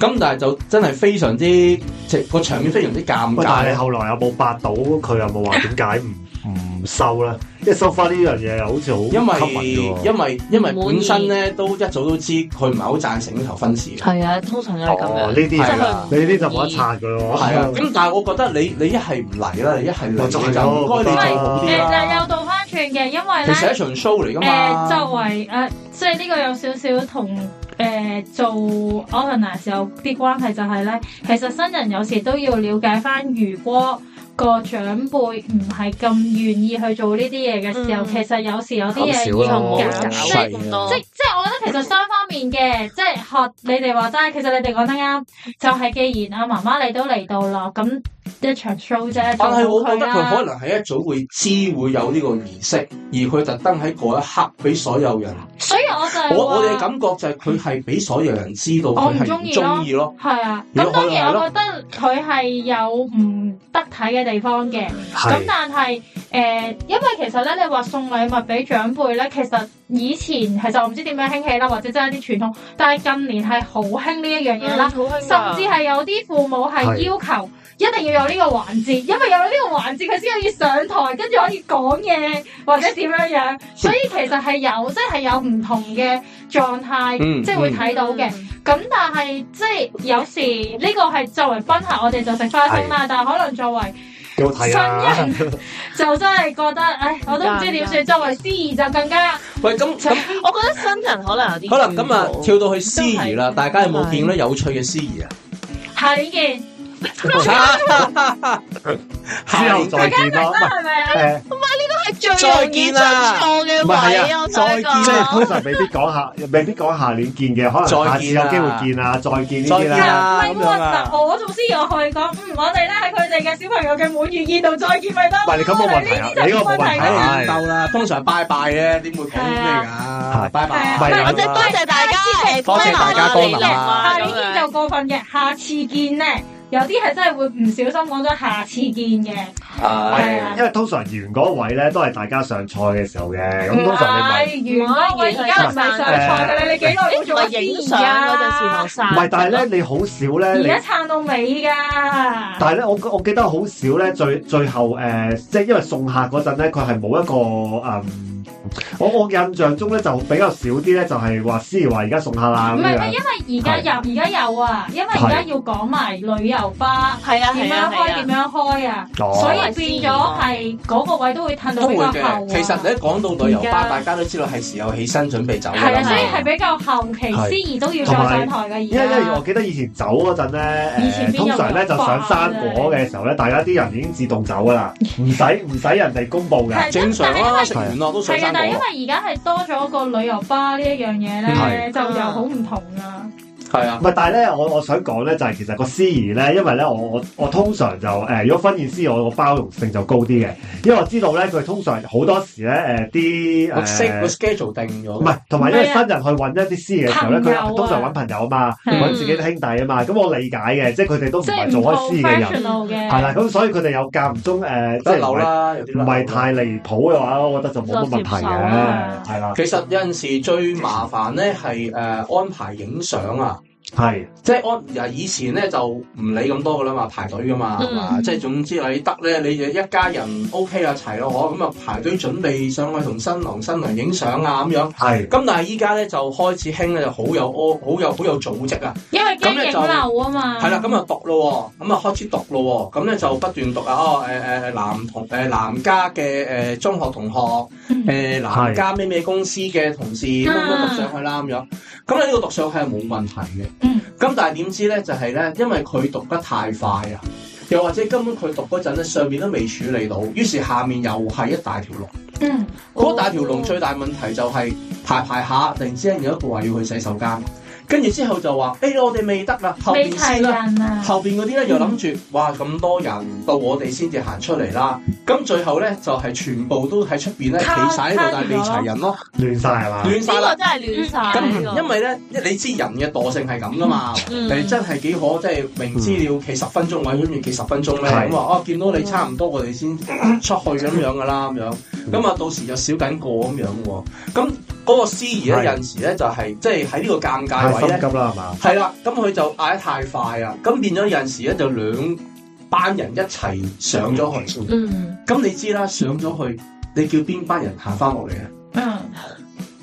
Speaker 3: 咁但係就真係非常之，即係個場面非常之尷
Speaker 2: 喂但係
Speaker 3: 尬。啊
Speaker 2: 後來有冇八到佢有冇話點解唔唔收咧？因為收翻呢樣嘢好似好
Speaker 3: 因為
Speaker 2: common 嘅喎
Speaker 3: 因為因為
Speaker 4: 唔滿意
Speaker 3: 本身咧都一早都知佢唔係好贊成呢頭婚事嘅。
Speaker 4: 係啊，通常都係咁
Speaker 2: 哦，呢
Speaker 4: 樣。
Speaker 2: 啲
Speaker 4: 係
Speaker 2: 係
Speaker 4: 啦
Speaker 2: 啦，你呢啲就冇得拆噶咯。
Speaker 3: 啊係啊，咁但係我覺得你你一係唔嚟啦，你一係嚟
Speaker 2: 我
Speaker 3: 你就
Speaker 2: 就
Speaker 3: 唔
Speaker 2: 係
Speaker 3: 該你
Speaker 2: 咯我覺
Speaker 3: 做
Speaker 2: 得
Speaker 3: 好啲啊啦。
Speaker 1: 誒就又倒翻轉嘅，因為
Speaker 3: 其實
Speaker 1: 咧
Speaker 3: 一場 show 嚟噶嘛，
Speaker 1: 誒作為誒，即係呢個有少少同誒做 organize 有啲關係，就係咧，其實新人有時都要了解翻，如果個長輩唔係咁願意去做呢啲嘢嘅時候，
Speaker 4: 嗯
Speaker 1: 其實有時有啲嘢
Speaker 3: 哦
Speaker 5: 咁
Speaker 4: 以後
Speaker 5: 少咯細
Speaker 1: 要，減
Speaker 4: 唔好搞
Speaker 1: 即
Speaker 5: 啊
Speaker 4: 咁多
Speaker 1: 即。即係我覺得其實雙方面嘅，即係學你哋話齋，其實你哋講得啱，就係、既然阿啊媽媽你都嚟到啦，咁一場 show 啫，
Speaker 3: 但係我覺得
Speaker 1: 做好啊
Speaker 3: 佢
Speaker 1: 啦。
Speaker 3: 可能係一早會知會有呢個儀式，而佢特登喺嗰一刻俾所有人，
Speaker 1: 所以我就係
Speaker 3: 我我哋嘅
Speaker 1: 話
Speaker 3: 感覺就係佢係俾所有人知道佢係
Speaker 1: 我唔鍾
Speaker 3: 唔
Speaker 1: 意咯
Speaker 3: 中意咯。
Speaker 1: 係啊，
Speaker 3: 如
Speaker 1: 咁
Speaker 3: 果
Speaker 1: 當
Speaker 3: 可能係
Speaker 1: 然
Speaker 3: 咯
Speaker 1: 我覺得佢係有唔得體嘅地方嘅，咁
Speaker 2: 係啊
Speaker 1: 但係誒、呃因為其實咧，你話送禮物俾長輩咧，其實以前其實我唔知點樣興起啦，或者真係啲傳統，但係近年係好興呢一樣嘢啦。甚至係有啲父母係要求一定要有呢個環節，因為有呢個環節佢先可以上台，跟住可以講嘢或者點樣樣。所以其實係有，即係有唔同嘅狀態，
Speaker 3: 嗯
Speaker 1: 即係會睇到嘅。咁但係即係有時呢個係作為賓客，我哋就食花生啦。但係可能作為
Speaker 2: 有睇啊，
Speaker 1: 新人就真係覺得，唉，我都唔知點算。作為司儀就更加
Speaker 3: 喂，咁咁
Speaker 4: 我覺得新人可能有啲
Speaker 3: 好啦，咁啊
Speaker 4: 辛苦
Speaker 3: 跳到去司儀啦，
Speaker 4: 真係
Speaker 3: 大家有冇見到有趣嘅司儀啊？
Speaker 1: 係嘅，
Speaker 2: 之 後
Speaker 1: 大
Speaker 2: 再
Speaker 1: 家
Speaker 2: 見
Speaker 1: 覺得
Speaker 2: 咯。
Speaker 1: 係咪啊？
Speaker 2: 誒，
Speaker 4: 係最
Speaker 3: 再
Speaker 4: 容易
Speaker 3: 見
Speaker 4: 出
Speaker 3: 啦
Speaker 4: 錯嘅
Speaker 2: 唔係
Speaker 4: 位
Speaker 2: 係
Speaker 4: 啊！我
Speaker 3: 再
Speaker 4: 想
Speaker 3: 見
Speaker 2: 即係
Speaker 4: 講
Speaker 2: 通常未必講下，未必講下年見嘅，可能下次有機會見啊，再見呢啲
Speaker 3: 再見
Speaker 2: 啦。
Speaker 3: 啊
Speaker 1: 係
Speaker 3: 咁樣啊
Speaker 1: 喎，我仲先要去講，嗯，我哋咧喺佢哋嘅小朋友嘅滿月宴度再見咪得。
Speaker 2: 唔係你咁冇問題啊
Speaker 1: 我哋呢啲
Speaker 2: 你
Speaker 1: 就
Speaker 2: 嗰個冇問題
Speaker 1: 啦
Speaker 2: 啊
Speaker 3: 睇你夠啦，通常拜拜嘅，點會講咩㗎？
Speaker 2: 係
Speaker 3: 拜
Speaker 1: 係
Speaker 3: 拜，
Speaker 2: 啊
Speaker 4: 或者多謝大家，
Speaker 3: 多謝大家光臨啊
Speaker 1: 下年見就過分嘅，下次見咧，有啲係真係會唔小心講咗下次見嘅。係啊
Speaker 2: 因為通常完嗰位咧都係大家上菜嘅時候嘅，咁通常你咪。
Speaker 1: 你完啦，喂，而家唔係上菜㗎啦，你幾耐
Speaker 4: 你
Speaker 1: 都
Speaker 4: 唔
Speaker 1: 做咗
Speaker 4: 係
Speaker 1: 司
Speaker 4: 影
Speaker 1: 儀
Speaker 4: 相嗰陣時
Speaker 1: 啊
Speaker 4: 學？生，
Speaker 2: 唔係，但係咧，你好少咧，
Speaker 1: 而
Speaker 2: 你
Speaker 1: 家撐到尾 㗎。
Speaker 2: 但係咧，我我記得好少咧，最最後誒、呃即係因為送客嗰陣咧，佢係冇一個誒、嗯我我印象中咧就比較少啲咧，就係話司儀話而家送客啦
Speaker 1: 唔
Speaker 2: 咁
Speaker 1: 係唔係，
Speaker 2: 樣。
Speaker 1: 因為而家有，而家有啊，因為而家要講埋旅遊巴
Speaker 4: 係啊
Speaker 1: 點
Speaker 4: 係
Speaker 1: 樣
Speaker 4: 啊
Speaker 1: 開，
Speaker 4: 係
Speaker 1: 點
Speaker 4: 啊，
Speaker 1: 樣開啊。所以
Speaker 2: 哦，
Speaker 1: 變咗係嗰個位都會褪
Speaker 3: 都
Speaker 1: 到比
Speaker 3: 會
Speaker 1: 較後啊
Speaker 3: 嘅。其實你一講到旅遊巴，大家都知道係時候起身準備走㗎
Speaker 1: 係啊，
Speaker 3: 啦
Speaker 4: 係
Speaker 1: 所以
Speaker 3: 嘛。
Speaker 1: 係比較後期司儀都要再上台嘅。而
Speaker 2: 因為因為我
Speaker 1: 家
Speaker 2: 記得以前走嗰陣咧，
Speaker 1: 以前
Speaker 2: 誒
Speaker 1: 邊有啊
Speaker 2: 通常咧就上生果嘅時候咧，大家啲人已經自動走噶啦，唔使唔使人哋公佈嘅。
Speaker 1: 係
Speaker 3: 正常啦，
Speaker 1: 但
Speaker 3: 食完落都上
Speaker 1: 係啊
Speaker 3: 山，
Speaker 1: 但係因。為
Speaker 3: 果
Speaker 1: 而家係多咗個旅遊巴呢一樣嘢咧，
Speaker 2: 係
Speaker 1: 就又好唔同啦。
Speaker 3: 係啊
Speaker 2: 唔。係，但係咧，我我想講咧，就係、其實個司儀咧，因為咧，我我我通常就誒、呃如果婚宴司儀，我個包容性就高啲嘅，因為我知道咧，佢通常好多時咧誒啲
Speaker 3: 我 s 個
Speaker 2: 誒
Speaker 3: schedule 定咗，
Speaker 2: 唔係，同埋因為新人去揾一啲司儀嘅時候咧，
Speaker 1: 朋友啊
Speaker 2: 佢通常揾朋友啊嘛，
Speaker 1: 係
Speaker 2: 揾自己啲兄弟啊嘛，咁我理解嘅，即係佢哋都唔
Speaker 1: 即係
Speaker 2: 係
Speaker 1: 唔
Speaker 2: 做開司儀嘅人，
Speaker 1: professional 嘅。
Speaker 2: 係啦，咁所以佢哋有間唔中誒，即
Speaker 3: 得
Speaker 2: 係
Speaker 3: 樓
Speaker 2: 唔係
Speaker 3: 啦，有啲
Speaker 2: 唔
Speaker 3: 樓
Speaker 2: 係太離譜嘅話，我覺得就冇乜問題
Speaker 4: 就接受
Speaker 2: 嘅
Speaker 1: 啦，
Speaker 2: 係啦，
Speaker 3: 其實有陣時最麻煩咧係誒安排影相啊，
Speaker 2: 係
Speaker 3: 即係我嗱以前咧就唔理咁多噶啦嘛，排隊噶嘛，係嘛、
Speaker 4: 嗯
Speaker 3: 即係總之你得咧，你就一家人 O K 啊，齊咯，我咁啊排隊準備上去同新郎新娘影相啊咁樣。
Speaker 2: 係
Speaker 3: 咁但係依家咧就開始興咧，就好有好有好有組織啊，
Speaker 1: 因為驚
Speaker 3: 咁你就
Speaker 1: 影樓啊嘛。
Speaker 3: 係啦，咁啊讀咯喎，咁啊開始讀咯喎，咁咧就不斷讀啊，哦誒誒、呃男同誒、男家嘅誒、呃中學同學，誒、男家咩咩公司嘅同事，咁
Speaker 1: 嗯啊
Speaker 3: 樣讀上去啦咁樣，咁咧呢個讀上去係冇問題嘅，
Speaker 1: 嗯
Speaker 3: 咁但係點知咧就係、咧，因為佢讀得太快啊，又或者根本佢讀嗰陣咧上面都未處理到，於是下面又係一大條龍，
Speaker 1: 嗯，
Speaker 3: 嗰大條龍
Speaker 4: 哦
Speaker 3: 最大問題就係排排下，突然之間有一個話要去洗手間，跟住之後就話誒、我哋未得啊，後
Speaker 1: 未
Speaker 3: 邊
Speaker 1: 齊
Speaker 3: 先啦。
Speaker 1: 人啊。
Speaker 3: 後邊嗰啲咧又諗住，哇咁多人到我哋先至行出嚟啦。咁最後咧就係、全部都喺出邊咧企晒喺度，但係未齊人咯，
Speaker 2: 亂晒係嘛？
Speaker 3: 亂晒
Speaker 4: 呢
Speaker 3: 啦
Speaker 4: 個。真係亂晒
Speaker 3: 咁
Speaker 4: 呢個
Speaker 3: 因為咧，你知人嘅惰性係咁噶嘛，
Speaker 4: 嗯
Speaker 3: 你真係幾可即係明知你要企十分鐘位，跟住企十分鐘咧，
Speaker 2: 嗯係
Speaker 3: 咁話哦見到你差唔多，我哋 先出去咁樣噶啦，咁樣
Speaker 2: 嗯
Speaker 3: 咁啊到時又少緊個咁樣喎。咁嗰個司儀咧
Speaker 2: 係
Speaker 3: 有陣時咧就係即係喺呢個尷
Speaker 2: 太
Speaker 3: 尬位
Speaker 2: 心
Speaker 3: 咧。
Speaker 2: 急啦係嘛？
Speaker 3: 係啦，咁佢就嗌得太快啊，咁變咗有陣時咧就兩班人一齊上咗去，
Speaker 4: 嗯
Speaker 3: 咁你知啦，上咗去，你叫邊班人行翻落嚟啊？
Speaker 1: 嗯，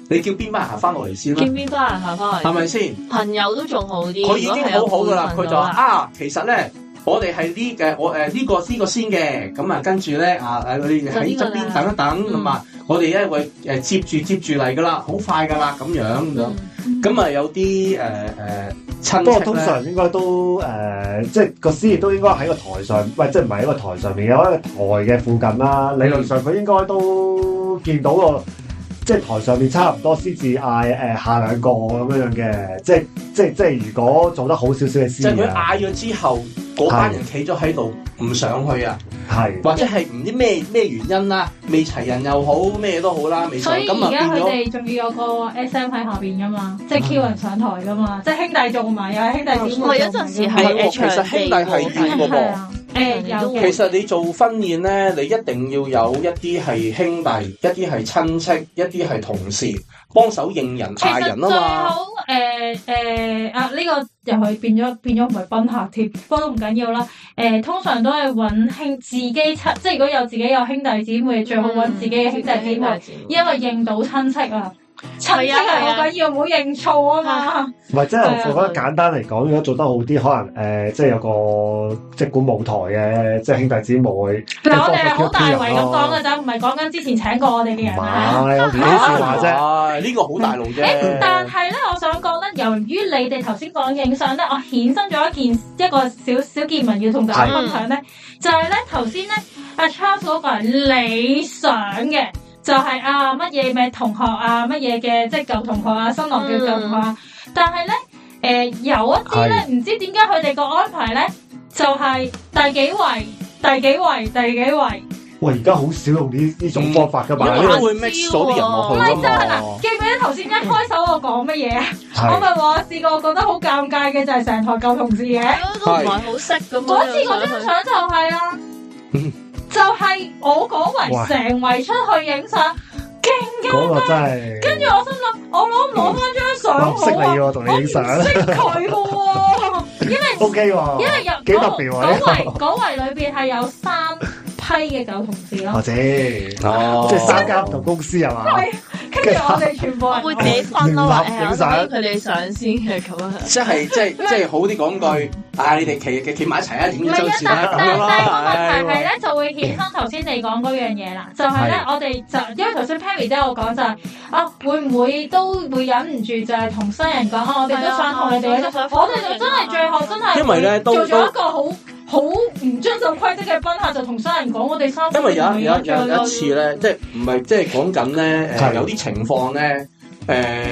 Speaker 3: 你叫邊班人行翻落嚟先啦
Speaker 4: 見，邊班人行翻
Speaker 3: 係
Speaker 4: 嚟，
Speaker 3: 咪先？
Speaker 4: 朋友都仲好啲。
Speaker 3: 佢已經好好噶啦，
Speaker 4: 如
Speaker 3: 佢就話
Speaker 4: 果係有輩份嘅話
Speaker 3: 啊，其實咧。我哋係呢嘅，我誒呢個呢個先嘅，咁啊跟住咧啊誒，我哋喺側邊等一等咁啊，
Speaker 4: 嗯
Speaker 3: 我哋咧會誒接住接住嚟噶啦，好快噶啦咁樣咁
Speaker 4: 嗯
Speaker 3: 樣，咁啊有啲誒誒
Speaker 2: 不過
Speaker 3: 親戚
Speaker 2: 通
Speaker 3: 咧，
Speaker 2: 常應該都誒、呃即係個司儀都應該喺個台上，喂，即係唔係喺個台上面嘅，喺個台嘅附近啦。理論上佢應該都見到個，即係台上面差唔多先至嗌誒下兩個咁樣樣嘅，即係即係即係如果做得好少少嘅司
Speaker 3: 就係
Speaker 2: 儀
Speaker 3: 佢
Speaker 2: 啊，
Speaker 3: 嗌咗之後，嗰班人企咗喺度唔上去啊，
Speaker 2: 係
Speaker 3: 或者係唔知咩咩原因啦，未齊人又好，咩都好啦，未
Speaker 1: 所
Speaker 3: 齊
Speaker 1: 以
Speaker 3: 咁啊
Speaker 1: 而
Speaker 3: 變
Speaker 1: 家佢
Speaker 3: 咗嗯
Speaker 1: 哋仲要有個 S M 喺下邊噶嘛，即係 Q 人上台噶嘛，即係兄弟做埋啊，兄弟姊
Speaker 4: 唔係
Speaker 1: 妹
Speaker 4: 哦有
Speaker 1: 做
Speaker 4: 陣
Speaker 1: 埋
Speaker 4: 時
Speaker 1: 㗎嘛。
Speaker 4: 係
Speaker 3: 係喎哦
Speaker 4: 誒
Speaker 3: 其實
Speaker 4: 場
Speaker 3: 兄
Speaker 4: 地
Speaker 3: 弟係
Speaker 4: 喎
Speaker 3: 要㗎喎
Speaker 1: 係啊，誒有
Speaker 4: 其
Speaker 1: 嘅
Speaker 3: 其實你做婚宴咧，你一定要有一啲係兄弟，一啲係親戚，一啲係同事幫手應人
Speaker 1: 其實
Speaker 3: 嗌人啊
Speaker 1: 最
Speaker 3: 嘛。
Speaker 1: 好誒誒啊！呢、個又去變咗變咗唔係賓客添，不過都唔緊要啦。誒、通常都係揾兄自己親，即係如果有自己有兄弟姊妹，最好揾自己嘅兄弟姊妹，
Speaker 4: 妹。
Speaker 1: 因為認到親戚啊。親戚
Speaker 4: 嗯係啊
Speaker 1: 係
Speaker 4: 係啊
Speaker 1: 好緊要，唔好認錯啊嘛。
Speaker 2: 唔係，即
Speaker 1: 係啊
Speaker 2: 係我覺得簡單嚟講，如果做得好啲，可能誒、呃即係有個即管舞台嘅，即係兄弟姊妹。
Speaker 1: 嗱，我哋係好大圍咁講嘅咋，唔係講緊之前請過我哋嘅人
Speaker 2: 唔
Speaker 1: 啊。
Speaker 2: 係，有幾少話啫？
Speaker 3: 啫，呢個好大路
Speaker 1: 誒，但
Speaker 3: 啫。
Speaker 1: 係咧，我想講咧，由於你哋頭先講影相咧，我衍生咗一件一個小小見聞要同大家分享咧，就係咧頭先咧阿 Charles 嗰個係理想嘅，就係、啊乜嘢嘅同學啊，乜嘢嘅即係舊同學啊，新郎嘅舊同學啊，但係咧。誒、有一啲咧，唔知點解佢哋個安排咧，就係、第幾位、第幾位、第幾位，
Speaker 2: 喂，而家好少用呢呢
Speaker 3: 嗯
Speaker 2: 種方法噶嘛？
Speaker 3: 因
Speaker 2: 呢
Speaker 3: 為
Speaker 2: 個
Speaker 4: 為
Speaker 3: 會 mix 咗啲人落
Speaker 1: 唔
Speaker 3: 去
Speaker 1: 係
Speaker 3: 㗎
Speaker 1: 啊真係
Speaker 3: 嘛。
Speaker 1: 嗱，記唔記得頭先一開手我講乜嘢啊？我
Speaker 2: 係
Speaker 1: 咪話我試過覺得好尷尬嘅就係成台舊同事嘅，
Speaker 4: 都唔係好識咁樣。
Speaker 1: 嗰次嗰張相就係 啦，就係我嗰圍成圍出去影相，勁
Speaker 2: 嗰
Speaker 1: 驚
Speaker 2: 個真
Speaker 1: 啦！
Speaker 2: 係
Speaker 1: 跟住我心諗，我攞唔攞翻張相
Speaker 2: 我唔識
Speaker 1: 好
Speaker 2: 你
Speaker 1: 啊？
Speaker 2: 喎，同你
Speaker 1: 我唔
Speaker 2: 影
Speaker 1: 識
Speaker 2: 相
Speaker 1: 佢嘅 喎，因為
Speaker 2: ，OK
Speaker 1: 因為
Speaker 2: 喎，
Speaker 1: 入
Speaker 2: 幾特
Speaker 1: 嗰
Speaker 2: 別喎
Speaker 1: 嗰圍
Speaker 2: 呢
Speaker 1: 嗰圍裏邊係有三批嘅舊同事
Speaker 2: 或
Speaker 1: 咯，
Speaker 2: 者
Speaker 3: 哦
Speaker 2: 即係三間唔同公司係嘛？
Speaker 1: 係跟住我哋全部
Speaker 4: 我
Speaker 1: 人
Speaker 4: 會自己分咯，話
Speaker 2: 亂拍影
Speaker 4: 誒，
Speaker 2: 相
Speaker 4: 我俾佢哋上先嘅咁啊樣。
Speaker 3: 即 係啊即 係即係好啲講句，啊你哋企企企埋一齊啊，影
Speaker 1: 唔
Speaker 3: 啲
Speaker 1: 係
Speaker 3: 周
Speaker 1: 啊，
Speaker 3: 字
Speaker 1: 但
Speaker 3: 啦咁
Speaker 1: 但
Speaker 3: 樣
Speaker 1: 但個
Speaker 3: 啦。
Speaker 1: 問題係
Speaker 3: 唉
Speaker 1: 咧，就會衍生頭先你講嗰樣嘢啦，就係咧，我哋就因為頭先 Perry 都有講就係啊，會唔會都會忍唔住就係同新人講啊，我哋都想同你哋，我哋就真係最後真係
Speaker 3: 因為咧都
Speaker 1: 做
Speaker 3: 都
Speaker 1: 咗一個好好唔遵守規則嘅賓客，就同新人講我哋三，
Speaker 3: 因為有一有一有一次咧，即係唔係即係講緊咧誒
Speaker 2: 係
Speaker 3: 有啲情況咧誒，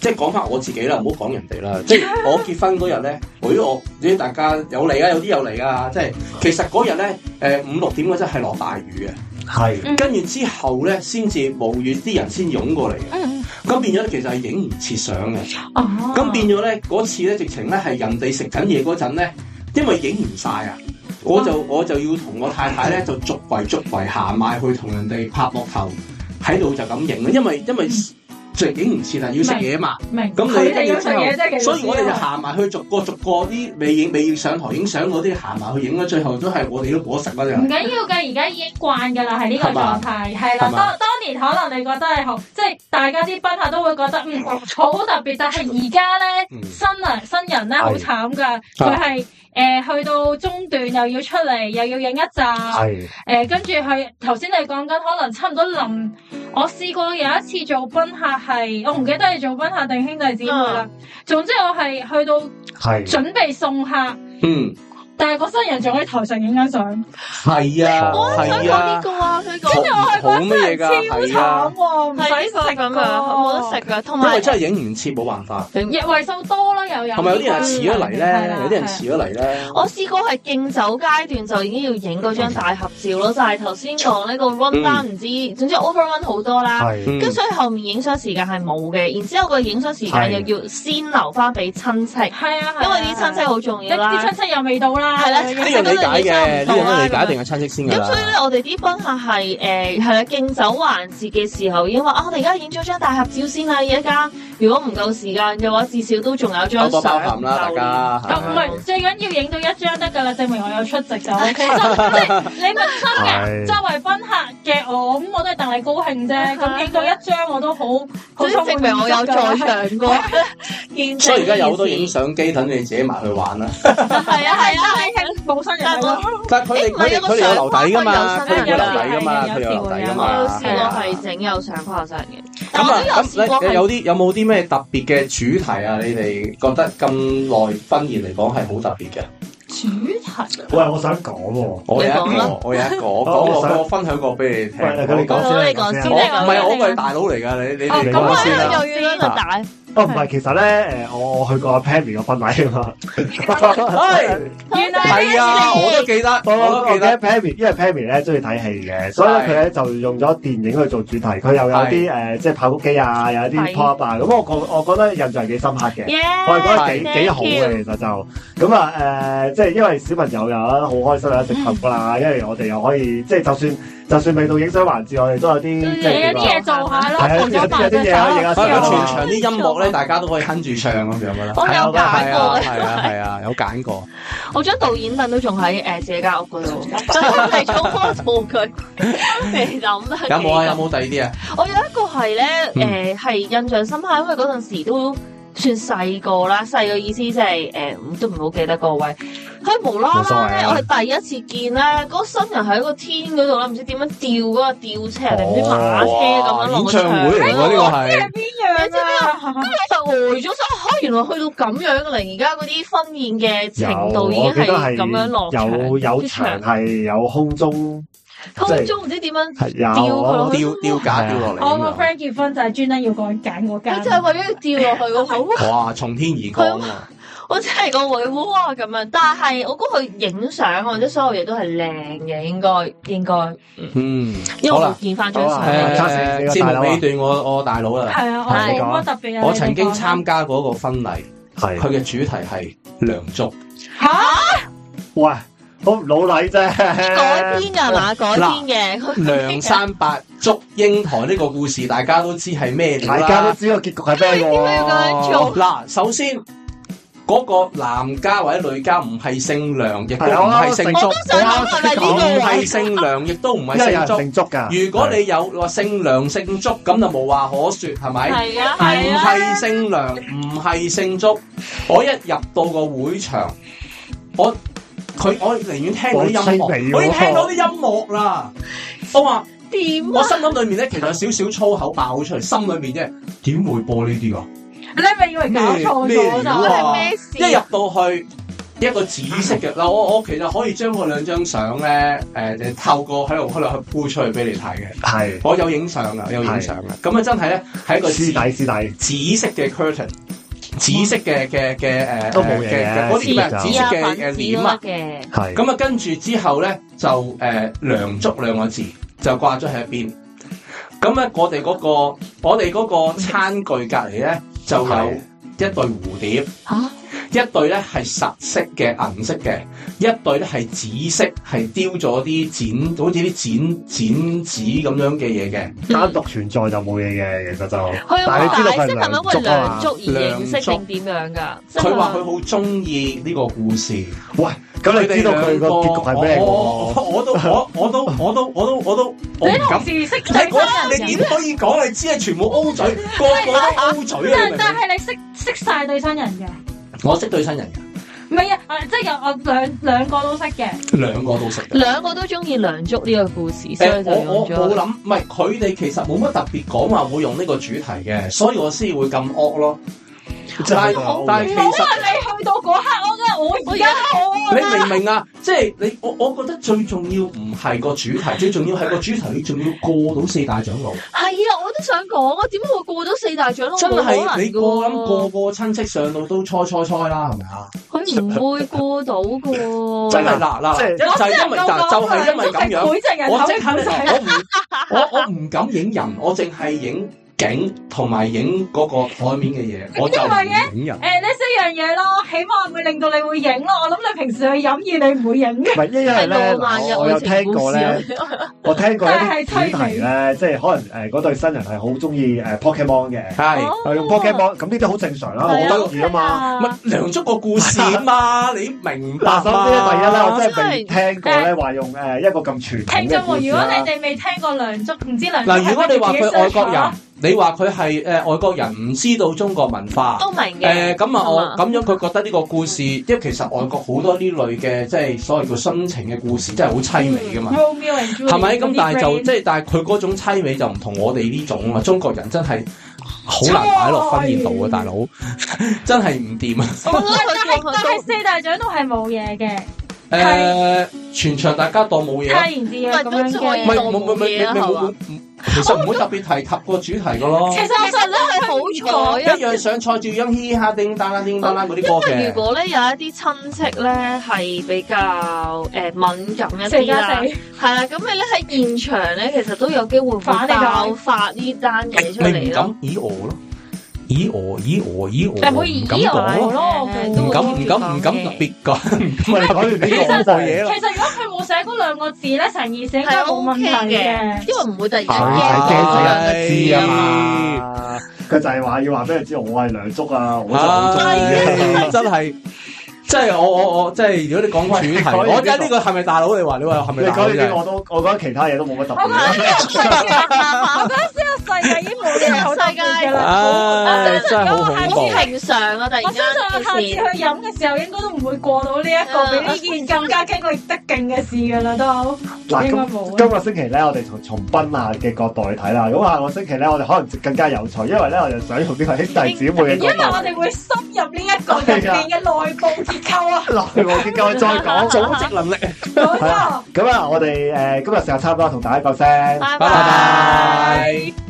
Speaker 3: 即係講翻我自己啦，唔好講人 哋啦。即係我結婚嗰日咧，咦我啲大家有嚟啊，有啲有嚟啊，即係其實嗰日咧誒五六點嗰陣係落大雨嘅，
Speaker 2: 係
Speaker 1: 嗯
Speaker 3: 跟住之後咧先至冇雨，啲人先湧過嚟嘅，
Speaker 1: 嗯
Speaker 3: 咁變咗其實係影唔切相嘅。
Speaker 1: 哦
Speaker 3: 咁變咗咧，嗰次咧直情咧係人哋食緊嘢嗰陣咧，因為影唔晒啊，我
Speaker 1: 嗯
Speaker 3: 就我就要同我太太咧就
Speaker 1: 嗯
Speaker 3: 逐圍逐圍行埋去同人哋拍膊頭，喺度就咁影啦。因為因為就影唔切啊，要食嘢嘛。
Speaker 1: 明
Speaker 3: 咁你
Speaker 1: 佢哋嗰樣嘢真係其實
Speaker 3: 所以我哋就行埋去逐個逐個啲未影未上台影相嗰啲行埋去影啦，最後都係我哋都果實嗰
Speaker 1: 唔
Speaker 3: 陣。
Speaker 1: 緊要嘅，而家已經慣㗎啦，係呢個
Speaker 3: 係嘛
Speaker 1: 狀態，係啦。
Speaker 3: 係
Speaker 1: 當
Speaker 3: 嘛
Speaker 1: 當年可能你覺得係好，即係大家啲賓客都會覺得嗯唔錯，好特別。但係而家咧，
Speaker 3: 嗯啊
Speaker 1: 新娘新人咧好慘㗎，佢係誒去到中段又要出嚟，又要影一集，誒
Speaker 2: 係
Speaker 1: 跟住佢頭先你講緊可能差唔多臨，我試過有一次做賓客係，我唔記得係做賓客定兄弟姊妹啦。
Speaker 3: 嗯
Speaker 1: 總之我係去到
Speaker 2: 係
Speaker 1: 準備送客，
Speaker 3: 嗯，
Speaker 1: 但係個新人仲喺台上影緊相。
Speaker 3: 係啊，
Speaker 4: 我想
Speaker 3: 係
Speaker 4: 講呢
Speaker 3: 啊，
Speaker 4: 個啊，佢
Speaker 1: 跟
Speaker 4: 講
Speaker 1: 住我係
Speaker 3: 好
Speaker 1: 覺
Speaker 3: 乜
Speaker 1: 得
Speaker 3: 嘢
Speaker 1: 真
Speaker 3: 㗎啊
Speaker 1: 係超慘喎，唔
Speaker 4: 係
Speaker 1: 使
Speaker 4: 呢個
Speaker 1: 食
Speaker 4: 咁
Speaker 1: 㗎
Speaker 4: 樣，冇得食噶，同
Speaker 1: 啊
Speaker 3: 因為
Speaker 4: 埋
Speaker 3: 真係影唔切冇辦法，
Speaker 1: 日為數多啦，又有
Speaker 3: 同埋有啲人遲咗嚟
Speaker 1: 係
Speaker 3: 咧
Speaker 1: 啦，
Speaker 3: 有啲人遲咗嚟咧。
Speaker 4: 我試過係敬酒階段就已經要影嗰張大合照咯，就係頭先講呢個 run down 唔知，總之 overrun 好多啦。
Speaker 2: 係
Speaker 3: 嗯
Speaker 4: 跟所以後面影相時間係冇嘅，然之後個影相時間
Speaker 2: 係
Speaker 4: 又要先留翻俾親戚，
Speaker 1: 係啊，係啊
Speaker 4: 因為啲親戚好重要啦
Speaker 1: 啲。親戚又未到啦，
Speaker 4: 係啦
Speaker 1: 已經
Speaker 3: 呢樣理解嘅，呢樣都理解，
Speaker 4: 咁
Speaker 3: 一定係親戚先㗎
Speaker 4: 咁所以
Speaker 3: 啦。
Speaker 4: 咧，我哋啲賓客係誒係啦，敬酒環節嘅時候已經話啊，我哋而家影咗張大合照先啦，而家如果唔夠時間嘅話，至少都仲有張
Speaker 3: 多
Speaker 4: 相
Speaker 3: 多包涵啦，大
Speaker 4: 留念
Speaker 3: 家。
Speaker 1: 咁哦唔係最緊要影到一張得㗎啦，證明我有出 席就 OK。就即係你問親
Speaker 2: 係
Speaker 1: 嘅，作為賓客嘅我，咁我都係戥你高興
Speaker 4: 啊
Speaker 1: 啫。咁影到一張我都好，好
Speaker 4: 即係證明我有 在
Speaker 1: 充滿滿足㗎啦
Speaker 4: 場過，見證
Speaker 3: 所以而家有好多影
Speaker 4: 呢
Speaker 3: 相機等你自己埋去玩啦。
Speaker 4: 件事，係啊係啊，
Speaker 1: 係啊，冇新
Speaker 4: 但
Speaker 1: 人
Speaker 4: 係
Speaker 1: 嚟
Speaker 4: 我
Speaker 1: 㗎。
Speaker 3: 但係佢哋
Speaker 4: 誒
Speaker 3: 佢哋佢哋有留底㗎嘛，佢哋有
Speaker 1: 有
Speaker 3: 留底㗎嘛，
Speaker 1: 有
Speaker 3: 佢哋有留底
Speaker 1: 有
Speaker 3: 㗎
Speaker 4: 我有
Speaker 3: 嘛。
Speaker 4: 試
Speaker 3: 係啊
Speaker 4: 過係整有相框有相嘅，但
Speaker 3: 咁
Speaker 4: 我
Speaker 3: 啊
Speaker 4: 都有，試過
Speaker 3: 咁你
Speaker 4: 係
Speaker 3: 有啲有冇啲咩特別嘅主題啊？你哋覺得咁耐婚宴嚟講係好特別嘅。
Speaker 1: 主題
Speaker 2: 喂，我想講喎，
Speaker 3: 我有一
Speaker 4: 你講啦
Speaker 3: 個，我有一個，我
Speaker 2: 好
Speaker 3: 講
Speaker 2: 我
Speaker 3: 我
Speaker 2: 想
Speaker 3: 我分享過俾你聽。
Speaker 2: 喂你講
Speaker 3: 我
Speaker 4: 好你講
Speaker 2: 先
Speaker 4: 先，
Speaker 3: 我
Speaker 4: 你
Speaker 3: 唔
Speaker 4: 講
Speaker 3: 係
Speaker 4: 先
Speaker 3: 我係大佬嚟㗎，你你
Speaker 1: 哦
Speaker 3: 哋
Speaker 4: 啊咁
Speaker 3: 啊講
Speaker 4: 我
Speaker 3: 先啊啦。
Speaker 4: 喺度又要呢個帶，
Speaker 2: 哦唔係，其實咧誒，我我去過阿 Pammy 個婚禮啊嘛，
Speaker 3: 係
Speaker 1: 原來
Speaker 3: 係啊，我都記得，
Speaker 2: 我
Speaker 3: 我都
Speaker 2: 我
Speaker 3: 記
Speaker 2: 記
Speaker 3: 得
Speaker 2: 得。Pammy，因為 Pammy 咧中意睇戲嘅，所以咧
Speaker 3: 係
Speaker 2: 佢咧就用咗電影去做主題，佢又有啲誒即係跑谷機啊，有啲
Speaker 4: 係
Speaker 2: pop 啊，咁我覺我覺得印象幾深刻嘅。
Speaker 4: 耶！
Speaker 2: 我係覺得幾
Speaker 4: 係
Speaker 2: 幾好
Speaker 4: thank
Speaker 2: 嘅，啊其實就咁啊誒，即係因為小朋友又啊好開心啦，食飯啦，
Speaker 4: 嗯
Speaker 2: 因為我哋又可以即係就算就算未到影相環節，我哋都有啲即
Speaker 1: 你有
Speaker 2: 係點
Speaker 1: 啲
Speaker 2: 啊
Speaker 1: 嘢做下咯，
Speaker 2: 係啊
Speaker 1: 做咗扮隻
Speaker 2: 有啲嘢可以影下
Speaker 3: 不過
Speaker 2: 相
Speaker 1: 手
Speaker 2: 啊
Speaker 3: 全場啲音樂咧，大家都可以哼住唱咁樣㗎啦。
Speaker 4: 我有揀
Speaker 2: 係啊
Speaker 3: 係啊，
Speaker 4: 過，
Speaker 3: 係啊，係啊，有揀過。
Speaker 4: 我張導演凳都仲喺誒自己間屋嗰度，係重複做佢，未諗得
Speaker 3: 有冇啊？嗯有
Speaker 4: 幾
Speaker 3: 冇
Speaker 4: 多
Speaker 3: 第二啲啊？
Speaker 4: 我有一個係咧，誒係印象深刻，因為嗰陣時都算細個啦，細個意思即係誒都唔好記得個位。佢無啦
Speaker 2: 冇所謂
Speaker 4: 啦
Speaker 2: 啊
Speaker 4: 咧，我係第一次見咧，嗰個新人喺個天嗰度啦，唔知點樣吊嗰個吊車定唔知馬車咁樣
Speaker 3: 哦
Speaker 4: 落個
Speaker 3: 演唱會嚟
Speaker 4: 場。
Speaker 3: 喎，呢個係
Speaker 1: 係邊樣啊？
Speaker 4: 就呆咗心，嚇原來去到咁樣嘅嚟，而家嗰啲婚宴嘅
Speaker 2: 有
Speaker 4: 程度已經
Speaker 2: 我記得
Speaker 4: 係咁樣落場，
Speaker 2: 有有
Speaker 4: 啲
Speaker 2: 場係有空中
Speaker 4: 空中唔知點樣，
Speaker 2: 係
Speaker 4: 吊佢
Speaker 2: 有哦
Speaker 4: 落。
Speaker 3: 吊吊架吊落嚟
Speaker 1: 我個
Speaker 3: 咁
Speaker 1: friend 結婚就係專登要講揀嗰
Speaker 4: 佢
Speaker 1: 間
Speaker 4: 就，係為咗要吊落去嗰個。
Speaker 3: 樣。哇！從天而降喎，
Speaker 4: 我真係個會哇咁樣，但係我估佢影相或者所有嘢都係靚嘅，應該應該，
Speaker 3: 嗯，
Speaker 4: 因為
Speaker 3: 好
Speaker 4: 我
Speaker 3: 啦，
Speaker 4: 見翻張
Speaker 2: 好啦
Speaker 4: 相。
Speaker 2: 差少少
Speaker 3: 誒
Speaker 2: 個
Speaker 3: 節
Speaker 2: 大佬
Speaker 3: 目
Speaker 2: 啊
Speaker 3: 尾段我我大佬啦，
Speaker 1: 係啊，我
Speaker 4: 係
Speaker 1: 冇乜特別啊。
Speaker 3: 我曾經
Speaker 1: 你哋講
Speaker 3: 參加過一個婚禮，佢
Speaker 2: 係
Speaker 3: 嘅主題係梁 祝。
Speaker 1: 嚇，
Speaker 2: 喂，好唔老禮啫，
Speaker 4: 改編㗎嘛，改編
Speaker 3: 哦
Speaker 4: 嘅。
Speaker 3: 梁山伯祝英台呢個故事，大家都知係咩料
Speaker 2: 大家都
Speaker 3: 啦。
Speaker 2: 知道結局係咩
Speaker 4: 點解要咁樣
Speaker 2: 喎
Speaker 4: 做？
Speaker 3: 嗱，首先嗰、個男家或者女家唔係姓梁，亦都
Speaker 2: 係啊
Speaker 3: 唔係姓祝，
Speaker 4: 我都想諗係咪
Speaker 3: 唔
Speaker 4: 呢個
Speaker 3: 係
Speaker 4: 位？
Speaker 3: 姓梁，亦都唔
Speaker 2: 因為
Speaker 3: 係
Speaker 2: 有人
Speaker 3: 姓祝。
Speaker 2: 姓祝㗎。
Speaker 3: 如果你有話姓梁姓祝，咁就無話可説，係咪？
Speaker 4: 係啊
Speaker 3: 唔
Speaker 4: 係
Speaker 3: 係
Speaker 4: 啊，
Speaker 3: 姓梁，唔係姓祝。我一入到個會場，我佢我寧願聽到啲音
Speaker 2: 好凄美
Speaker 3: 樂，
Speaker 2: 喎
Speaker 3: 我已經聽到啲音樂啦。我話
Speaker 4: 點
Speaker 3: 我
Speaker 4: 啊？
Speaker 3: 心諗裏面咧，其實有少少粗口爆出嚟，心裏面啫，點會播呢啲啊？
Speaker 1: 你係咪以為搞錯
Speaker 3: 咩咩
Speaker 1: 咗
Speaker 3: 料
Speaker 1: 就
Speaker 3: 啊
Speaker 1: 係？
Speaker 4: 係咩事？
Speaker 3: 一入到去一個紫色嘅嗱，我我其實可以將嗰兩張相咧，誒、你透過喺度喺度去鋪出去俾你睇嘅。
Speaker 2: 係
Speaker 3: 我有影相噶，有影相噶。咁啊，真係咧係一個
Speaker 2: 師
Speaker 3: 紫
Speaker 2: 弟師弟，
Speaker 3: 紫色嘅 curtain，紫色嘅嘅嘅誒
Speaker 2: 都冇嘢嘅
Speaker 3: 嘅嗰啲咩
Speaker 2: 紫
Speaker 3: 紫
Speaker 2: 色
Speaker 3: 色
Speaker 4: 啊
Speaker 3: 嘅誒
Speaker 4: 粉絲
Speaker 3: 簾
Speaker 4: 都
Speaker 3: 啊
Speaker 4: 得。嘅。
Speaker 2: 係
Speaker 3: 咁啊，跟住之後咧就誒、呃、梁祝兩個字就掛咗喺一邊。咁咧，我哋嗰、個我哋嗰個餐具隔離咧就有
Speaker 2: 係
Speaker 3: 一對蝴蝶。
Speaker 4: 嚇！
Speaker 3: 一對咧係實色嘅銀色嘅，一對咧係紫色，係雕咗啲剪，好似啲剪剪紙咁樣嘅嘢嘅。
Speaker 2: 單獨存在就冇嘢嘅，其實就
Speaker 4: 佢有
Speaker 2: 但係你知道
Speaker 4: 冇解
Speaker 2: 佢係
Speaker 4: 釋係咪因為
Speaker 2: 梁
Speaker 4: 梁
Speaker 2: 祝
Speaker 4: 祝
Speaker 2: 啊
Speaker 4: 而認識
Speaker 3: 梁祝
Speaker 4: 定點樣㗎？
Speaker 3: 佢話佢好中意呢個故事。
Speaker 2: 喂，咁你知道佢個結局係咩
Speaker 3: 我我
Speaker 2: 喎？
Speaker 3: 我我都我我都我都我都我都我
Speaker 1: 你
Speaker 3: 唔
Speaker 1: 同
Speaker 3: 敢。
Speaker 1: 事識
Speaker 3: 你
Speaker 1: 整
Speaker 3: 嗰你點可以講？你知係全部 O 嘴，個個都 O 嘴啊！你
Speaker 1: 但
Speaker 3: 明唔
Speaker 1: 但
Speaker 3: 明
Speaker 1: 係你識識晒對新人嘅，
Speaker 3: 我識對新人
Speaker 1: 唔係啊，啊即係有我兩兩個都識嘅。
Speaker 3: 嘅，兩個都識 嘅。
Speaker 4: 兩個都中意梁祝呢個故事，所以
Speaker 3: 誒，
Speaker 4: 就
Speaker 3: 我
Speaker 4: 用
Speaker 3: 我冇
Speaker 4: 咗。
Speaker 3: 諗，唔係佢哋其實冇乜特別講話會用呢個主題嘅，所以我先會咁惡咯。
Speaker 2: 真係
Speaker 3: 但
Speaker 2: 好
Speaker 3: 係但係
Speaker 1: 唔
Speaker 3: 其
Speaker 1: 好
Speaker 3: 實
Speaker 1: 話你去到嗰刻，我真係我而家我
Speaker 3: 你明唔明啊？即係你我我覺得最重要唔係個主題，最重要係個主題，你仲要過到四大長老。
Speaker 4: 係啊，我都想講啊，點解會過到四大長老？
Speaker 3: 真
Speaker 4: 係
Speaker 3: 係你個諗個個親戚上到都搓搓搓啦，係咪啊？
Speaker 4: 佢唔會過到噶。
Speaker 3: 真係嗱
Speaker 2: 即係
Speaker 3: 嗱，就係因為嗱，就係因為咁樣。
Speaker 1: 每隻人
Speaker 3: 我
Speaker 1: 口
Speaker 3: 即刻
Speaker 1: 唔
Speaker 3: 咧，
Speaker 1: 使
Speaker 3: 我唔我我唔敢影人，我淨係影景同埋影嗰個台面嘅嘢，我就唔影人。
Speaker 1: 誒呢四樣嘢咯，起碼會令到你會影咯。我諗你平時去飲嘢，你唔會影嘅。
Speaker 2: 唔係，因為咧，
Speaker 4: 係浪漫
Speaker 2: 嗱
Speaker 4: 嘅
Speaker 2: 我有
Speaker 4: 愛情
Speaker 2: 聽
Speaker 4: 故
Speaker 2: 過
Speaker 4: 事啊
Speaker 2: 咧，！我聽過一啲主
Speaker 1: 但係
Speaker 2: 題咧，即係可能誒嗰對新人係好中意誒 Pokemon 嘅，
Speaker 3: 係，
Speaker 2: 係用 Pokemon，咁呢啲好正常啦，好
Speaker 4: 係啊
Speaker 2: 得意啊 嘛。
Speaker 3: 咪梁祝個故事 嘛，你明白
Speaker 2: 嗱，首先咧，第一咧，
Speaker 3: 啦，
Speaker 2: 我真係未聽過咧話用誒一個咁傳統
Speaker 1: 聽眾
Speaker 2: 嘅故
Speaker 1: 們，
Speaker 2: 事啊
Speaker 1: 如果你
Speaker 2: 啦。
Speaker 1: 哋未聽過梁祝，唔知梁祝
Speaker 3: 嗱，如果你話佢外國
Speaker 1: 係咪
Speaker 3: 人，你話佢係誒外國人唔知道中國文化。
Speaker 4: 都明
Speaker 3: 誒。
Speaker 4: 嘅
Speaker 3: 咁啊，我
Speaker 4: 係嘛
Speaker 3: 咁樣佢覺得呢個故事，因為其實外國好多呢類嘅即係所謂叫殉情嘅故事，真係好凄美噶嘛。
Speaker 1: Romeo and Juliet
Speaker 3: 係咪？咁但係就
Speaker 1: 嗰啲
Speaker 3: 即係，但係佢嗰種凄美就唔同我哋呢種啊！中國人真係好難擺落婚宴度啊，大佬 真係唔掂啊！
Speaker 1: friend 唔係但係但係四大長老係冇嘢嘅，
Speaker 3: 誒、全場大家當冇嘢啊，
Speaker 1: 泰然自若咁樣
Speaker 4: 咪都可以
Speaker 3: 唔係
Speaker 1: 嘅。
Speaker 3: 冇冇冇
Speaker 4: 嘢啊
Speaker 3: 冇
Speaker 4: 係嘛
Speaker 3: 冇，其實唔會特別提及個主題噶咯
Speaker 1: 其。實我
Speaker 4: 咧係好
Speaker 3: 一
Speaker 4: 彩啊！
Speaker 3: 樣上菜照樣嘻哈叮當啦叮當啦嗰啲歌
Speaker 4: 如
Speaker 3: 嘅，
Speaker 4: 果咧有一啲親戚咧係比較誒、呃敏感一
Speaker 1: 四
Speaker 4: 啲
Speaker 1: 加
Speaker 4: 啦
Speaker 1: 四，，
Speaker 4: 係啦，咁你咧喺現場咧其實都有機會
Speaker 1: 反
Speaker 4: 會
Speaker 1: 你㗎
Speaker 4: 爆發呢單嘢出
Speaker 3: 你唔
Speaker 4: 嚟咯。
Speaker 3: 敢咦我咯，咦我咦我咦我，
Speaker 1: 但係唔好
Speaker 3: 唔敢
Speaker 1: 以我
Speaker 3: 講咯，
Speaker 1: 咯，
Speaker 3: 唔
Speaker 1: 我
Speaker 3: 敢
Speaker 1: 估
Speaker 3: 唔敢唔敢特別講，
Speaker 2: 唔係講完呢個
Speaker 1: 其實
Speaker 2: 冇嘢啦，
Speaker 1: 其實如果佢冇寫嗰兩個字咧，成件事應該冇問題
Speaker 4: 係 OK
Speaker 1: 嘅。
Speaker 4: 因為唔會突然
Speaker 2: 佢
Speaker 4: 間
Speaker 2: 係驚
Speaker 4: 驚到
Speaker 2: 死
Speaker 4: 兩個
Speaker 2: 人知
Speaker 4: 字
Speaker 2: 啊
Speaker 4: 啊嘛。
Speaker 2: 嘛。啊佢就係話要話俾人知我係梁祝啊，我就好中意啊。
Speaker 3: 唉，真係，即係我我我即係，如果你講主題，
Speaker 2: 喂
Speaker 3: 我真係呢個係咪大佬？你話你話係
Speaker 2: 你
Speaker 3: 咪大佬
Speaker 2: 講呢啲
Speaker 3: 啫？
Speaker 2: 我都，我覺得其他嘢都冇乜特
Speaker 1: 我覺
Speaker 2: 別
Speaker 1: 得
Speaker 2: 啦
Speaker 1: 呢。個世界，我覺得呢個世界已經冇嘢好特別嘅啦。
Speaker 4: 啊
Speaker 3: 唉，哎真係好恐怖。
Speaker 4: 好平常啊！突然
Speaker 1: 我
Speaker 4: 間
Speaker 1: 相信我下次
Speaker 4: 件事，
Speaker 1: 去飲嘅時候，應該都唔會過到呢一個比呢件更加經歷得勁嘅事㗎啦，都
Speaker 2: 嗱，
Speaker 1: 應該
Speaker 2: 今
Speaker 1: 冇啊
Speaker 2: 今個星期咧，我哋從從賓啊嘅角度去睇啦。咁下個星期咧，我哋可能更加有趣，因為咧，我哋想用呢個兄弟姊妹嘅
Speaker 1: 因為
Speaker 2: 角
Speaker 1: 我哋會深入呢一個入邊嘅內部結構 啊，
Speaker 2: 度落去冇結構再講。
Speaker 3: 組 織能力，
Speaker 1: 冇
Speaker 2: 係
Speaker 1: 錯
Speaker 2: 啊。咁啊，我哋誒今日時間差唔多，同大家講聲。
Speaker 4: 拜
Speaker 3: 拜拜。